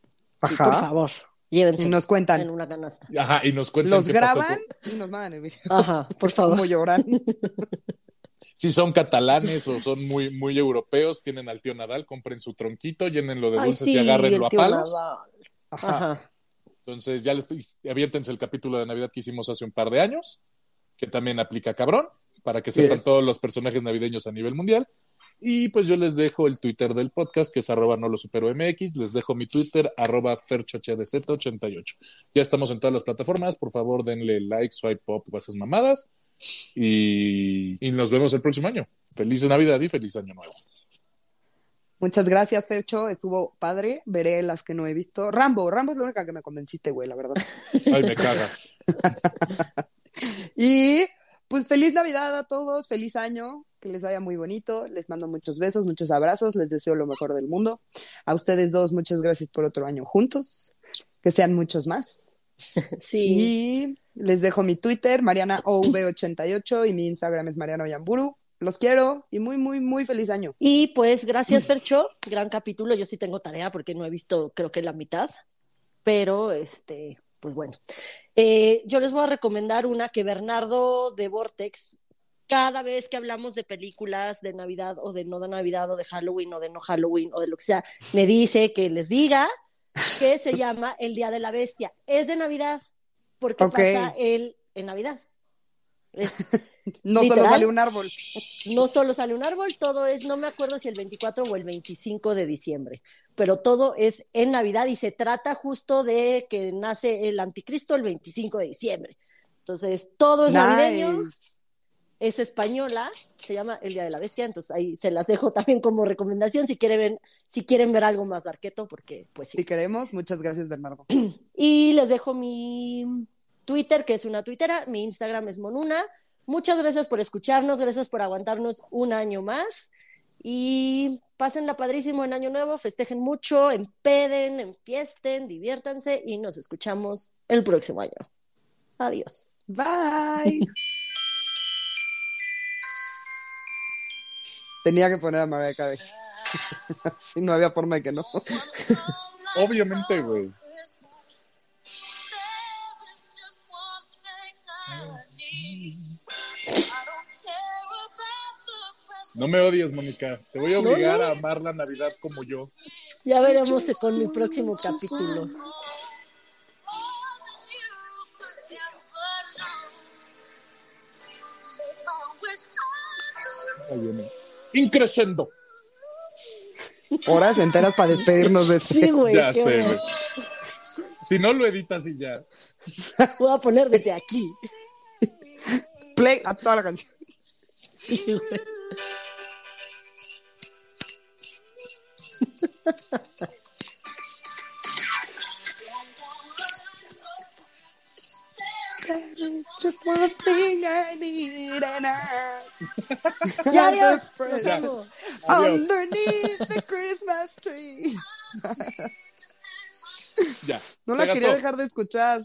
A: Sí, por favor, llévense
C: Y nos
A: en
C: cuentan.
A: una canasta.
B: Ajá, y nos cuenten
C: Los
B: Pues, qué pasó
C: graban
B: con-
C: y nos mandan el video.
A: Ajá, por favor.
C: Cómo lloran.
B: Si son catalanes o son muy, muy europeos, tienen al tío Nadal, compren su tronquito, llénenlo de
A: Ay,
B: dulces y
A: sí,
B: agárrenlo
A: el
B: a
A: tío
B: palos.
A: Nadal.
C: Ajá.
A: Ajá.
B: Entonces, ya les y aviértense el capítulo de Navidad que hicimos hace un par de años, que también aplica cabrón, para que sepan
C: Yes.
B: todos los personajes navideños a nivel mundial. Y pues yo les dejo el Twitter del podcast, que es arroba no lo supero MX, les dejo mi Twitter, arroba ferchohdz88. Ya estamos en todas las plataformas, por favor denle like, swipe up, o esas mamadas. Y, y nos vemos el próximo año. Feliz Navidad y feliz Año Nuevo.
C: Muchas gracias, Fercho. Estuvo padre. Veré las que no he visto. Rambo, Rambo es la única que me convenciste, güey, la verdad.
B: Ay, me caga.
C: Y pues feliz Navidad a todos, feliz año, que les vaya muy bonito, les mando muchos besos, muchos abrazos, les deseo lo mejor del mundo. A ustedes dos, muchas gracias por otro año juntos, que sean muchos más.
A: Sí.
C: Y les dejo mi Twitter, MarianaOV88, y mi Instagram es Mariano Yamburu. Los quiero y muy, muy, muy feliz año.
A: Y pues gracias, Fercho. Gran capítulo. Yo sí tengo tarea porque no he visto, creo que la mitad. Pero, este, pues bueno. Eh, yo les voy a recomendar una que Bernardo de Vortex, cada vez que hablamos de películas de Navidad o de no de Navidad o de Halloween o de no Halloween o de lo que sea, me dice que les diga que se llama El Día de la Bestia. Es de Navidad porque
C: Ok.
A: pasa el, en Navidad. Es
C: No solo
A: ¿Literal?
C: sale un árbol.
A: no solo sale un árbol, todo es, no me acuerdo si el 24 o el 25 de diciembre, pero todo es en Navidad y se trata justo de que nace el anticristo el 25 de diciembre. Entonces, todo es navideño,
C: Nice.
A: es española, se llama El Día de la Bestia, entonces ahí se las dejo también como recomendación si quieren ver, si quieren ver algo más de Arqueto, porque pues sí.
C: Si queremos, muchas gracias, Bernardo.
A: Y les dejo mi Twitter, que es una tuitera, mi Instagram es Monuna. Muchas gracias por escucharnos, gracias por aguantarnos un año más. Y pásenla padrísimo en Año Nuevo, festejen mucho, empeden, enfiesten, diviértanse y nos escuchamos el próximo año. Adiós.
C: Bye. Tenía que poner a Mariah Carey. Si no había forma de que no.
B: Obviamente, güey. No me odies, Mónica. Te voy a
A: No,
B: obligar
A: no.
B: a amar la Navidad como yo.
A: Ya veremos con mi próximo capítulo.
B: Ahí viene. Increscendo.
C: Horas enteras para despedirnos de este.
A: Sí, güey.
B: Ya
A: qué
B: sé,
A: horror.
B: güey. Si no lo editas y ya.
A: Voy a poner desde aquí.
C: Play a toda la canción.
A: Sí, güey. Ya, adiós. Nos
B: Ya.
A: vemos.
B: Adiós.
C: Underneath the Christmas tree.
B: Ya.
C: No
B: Se
C: la
B: gastó.
C: quería dejar de escuchar.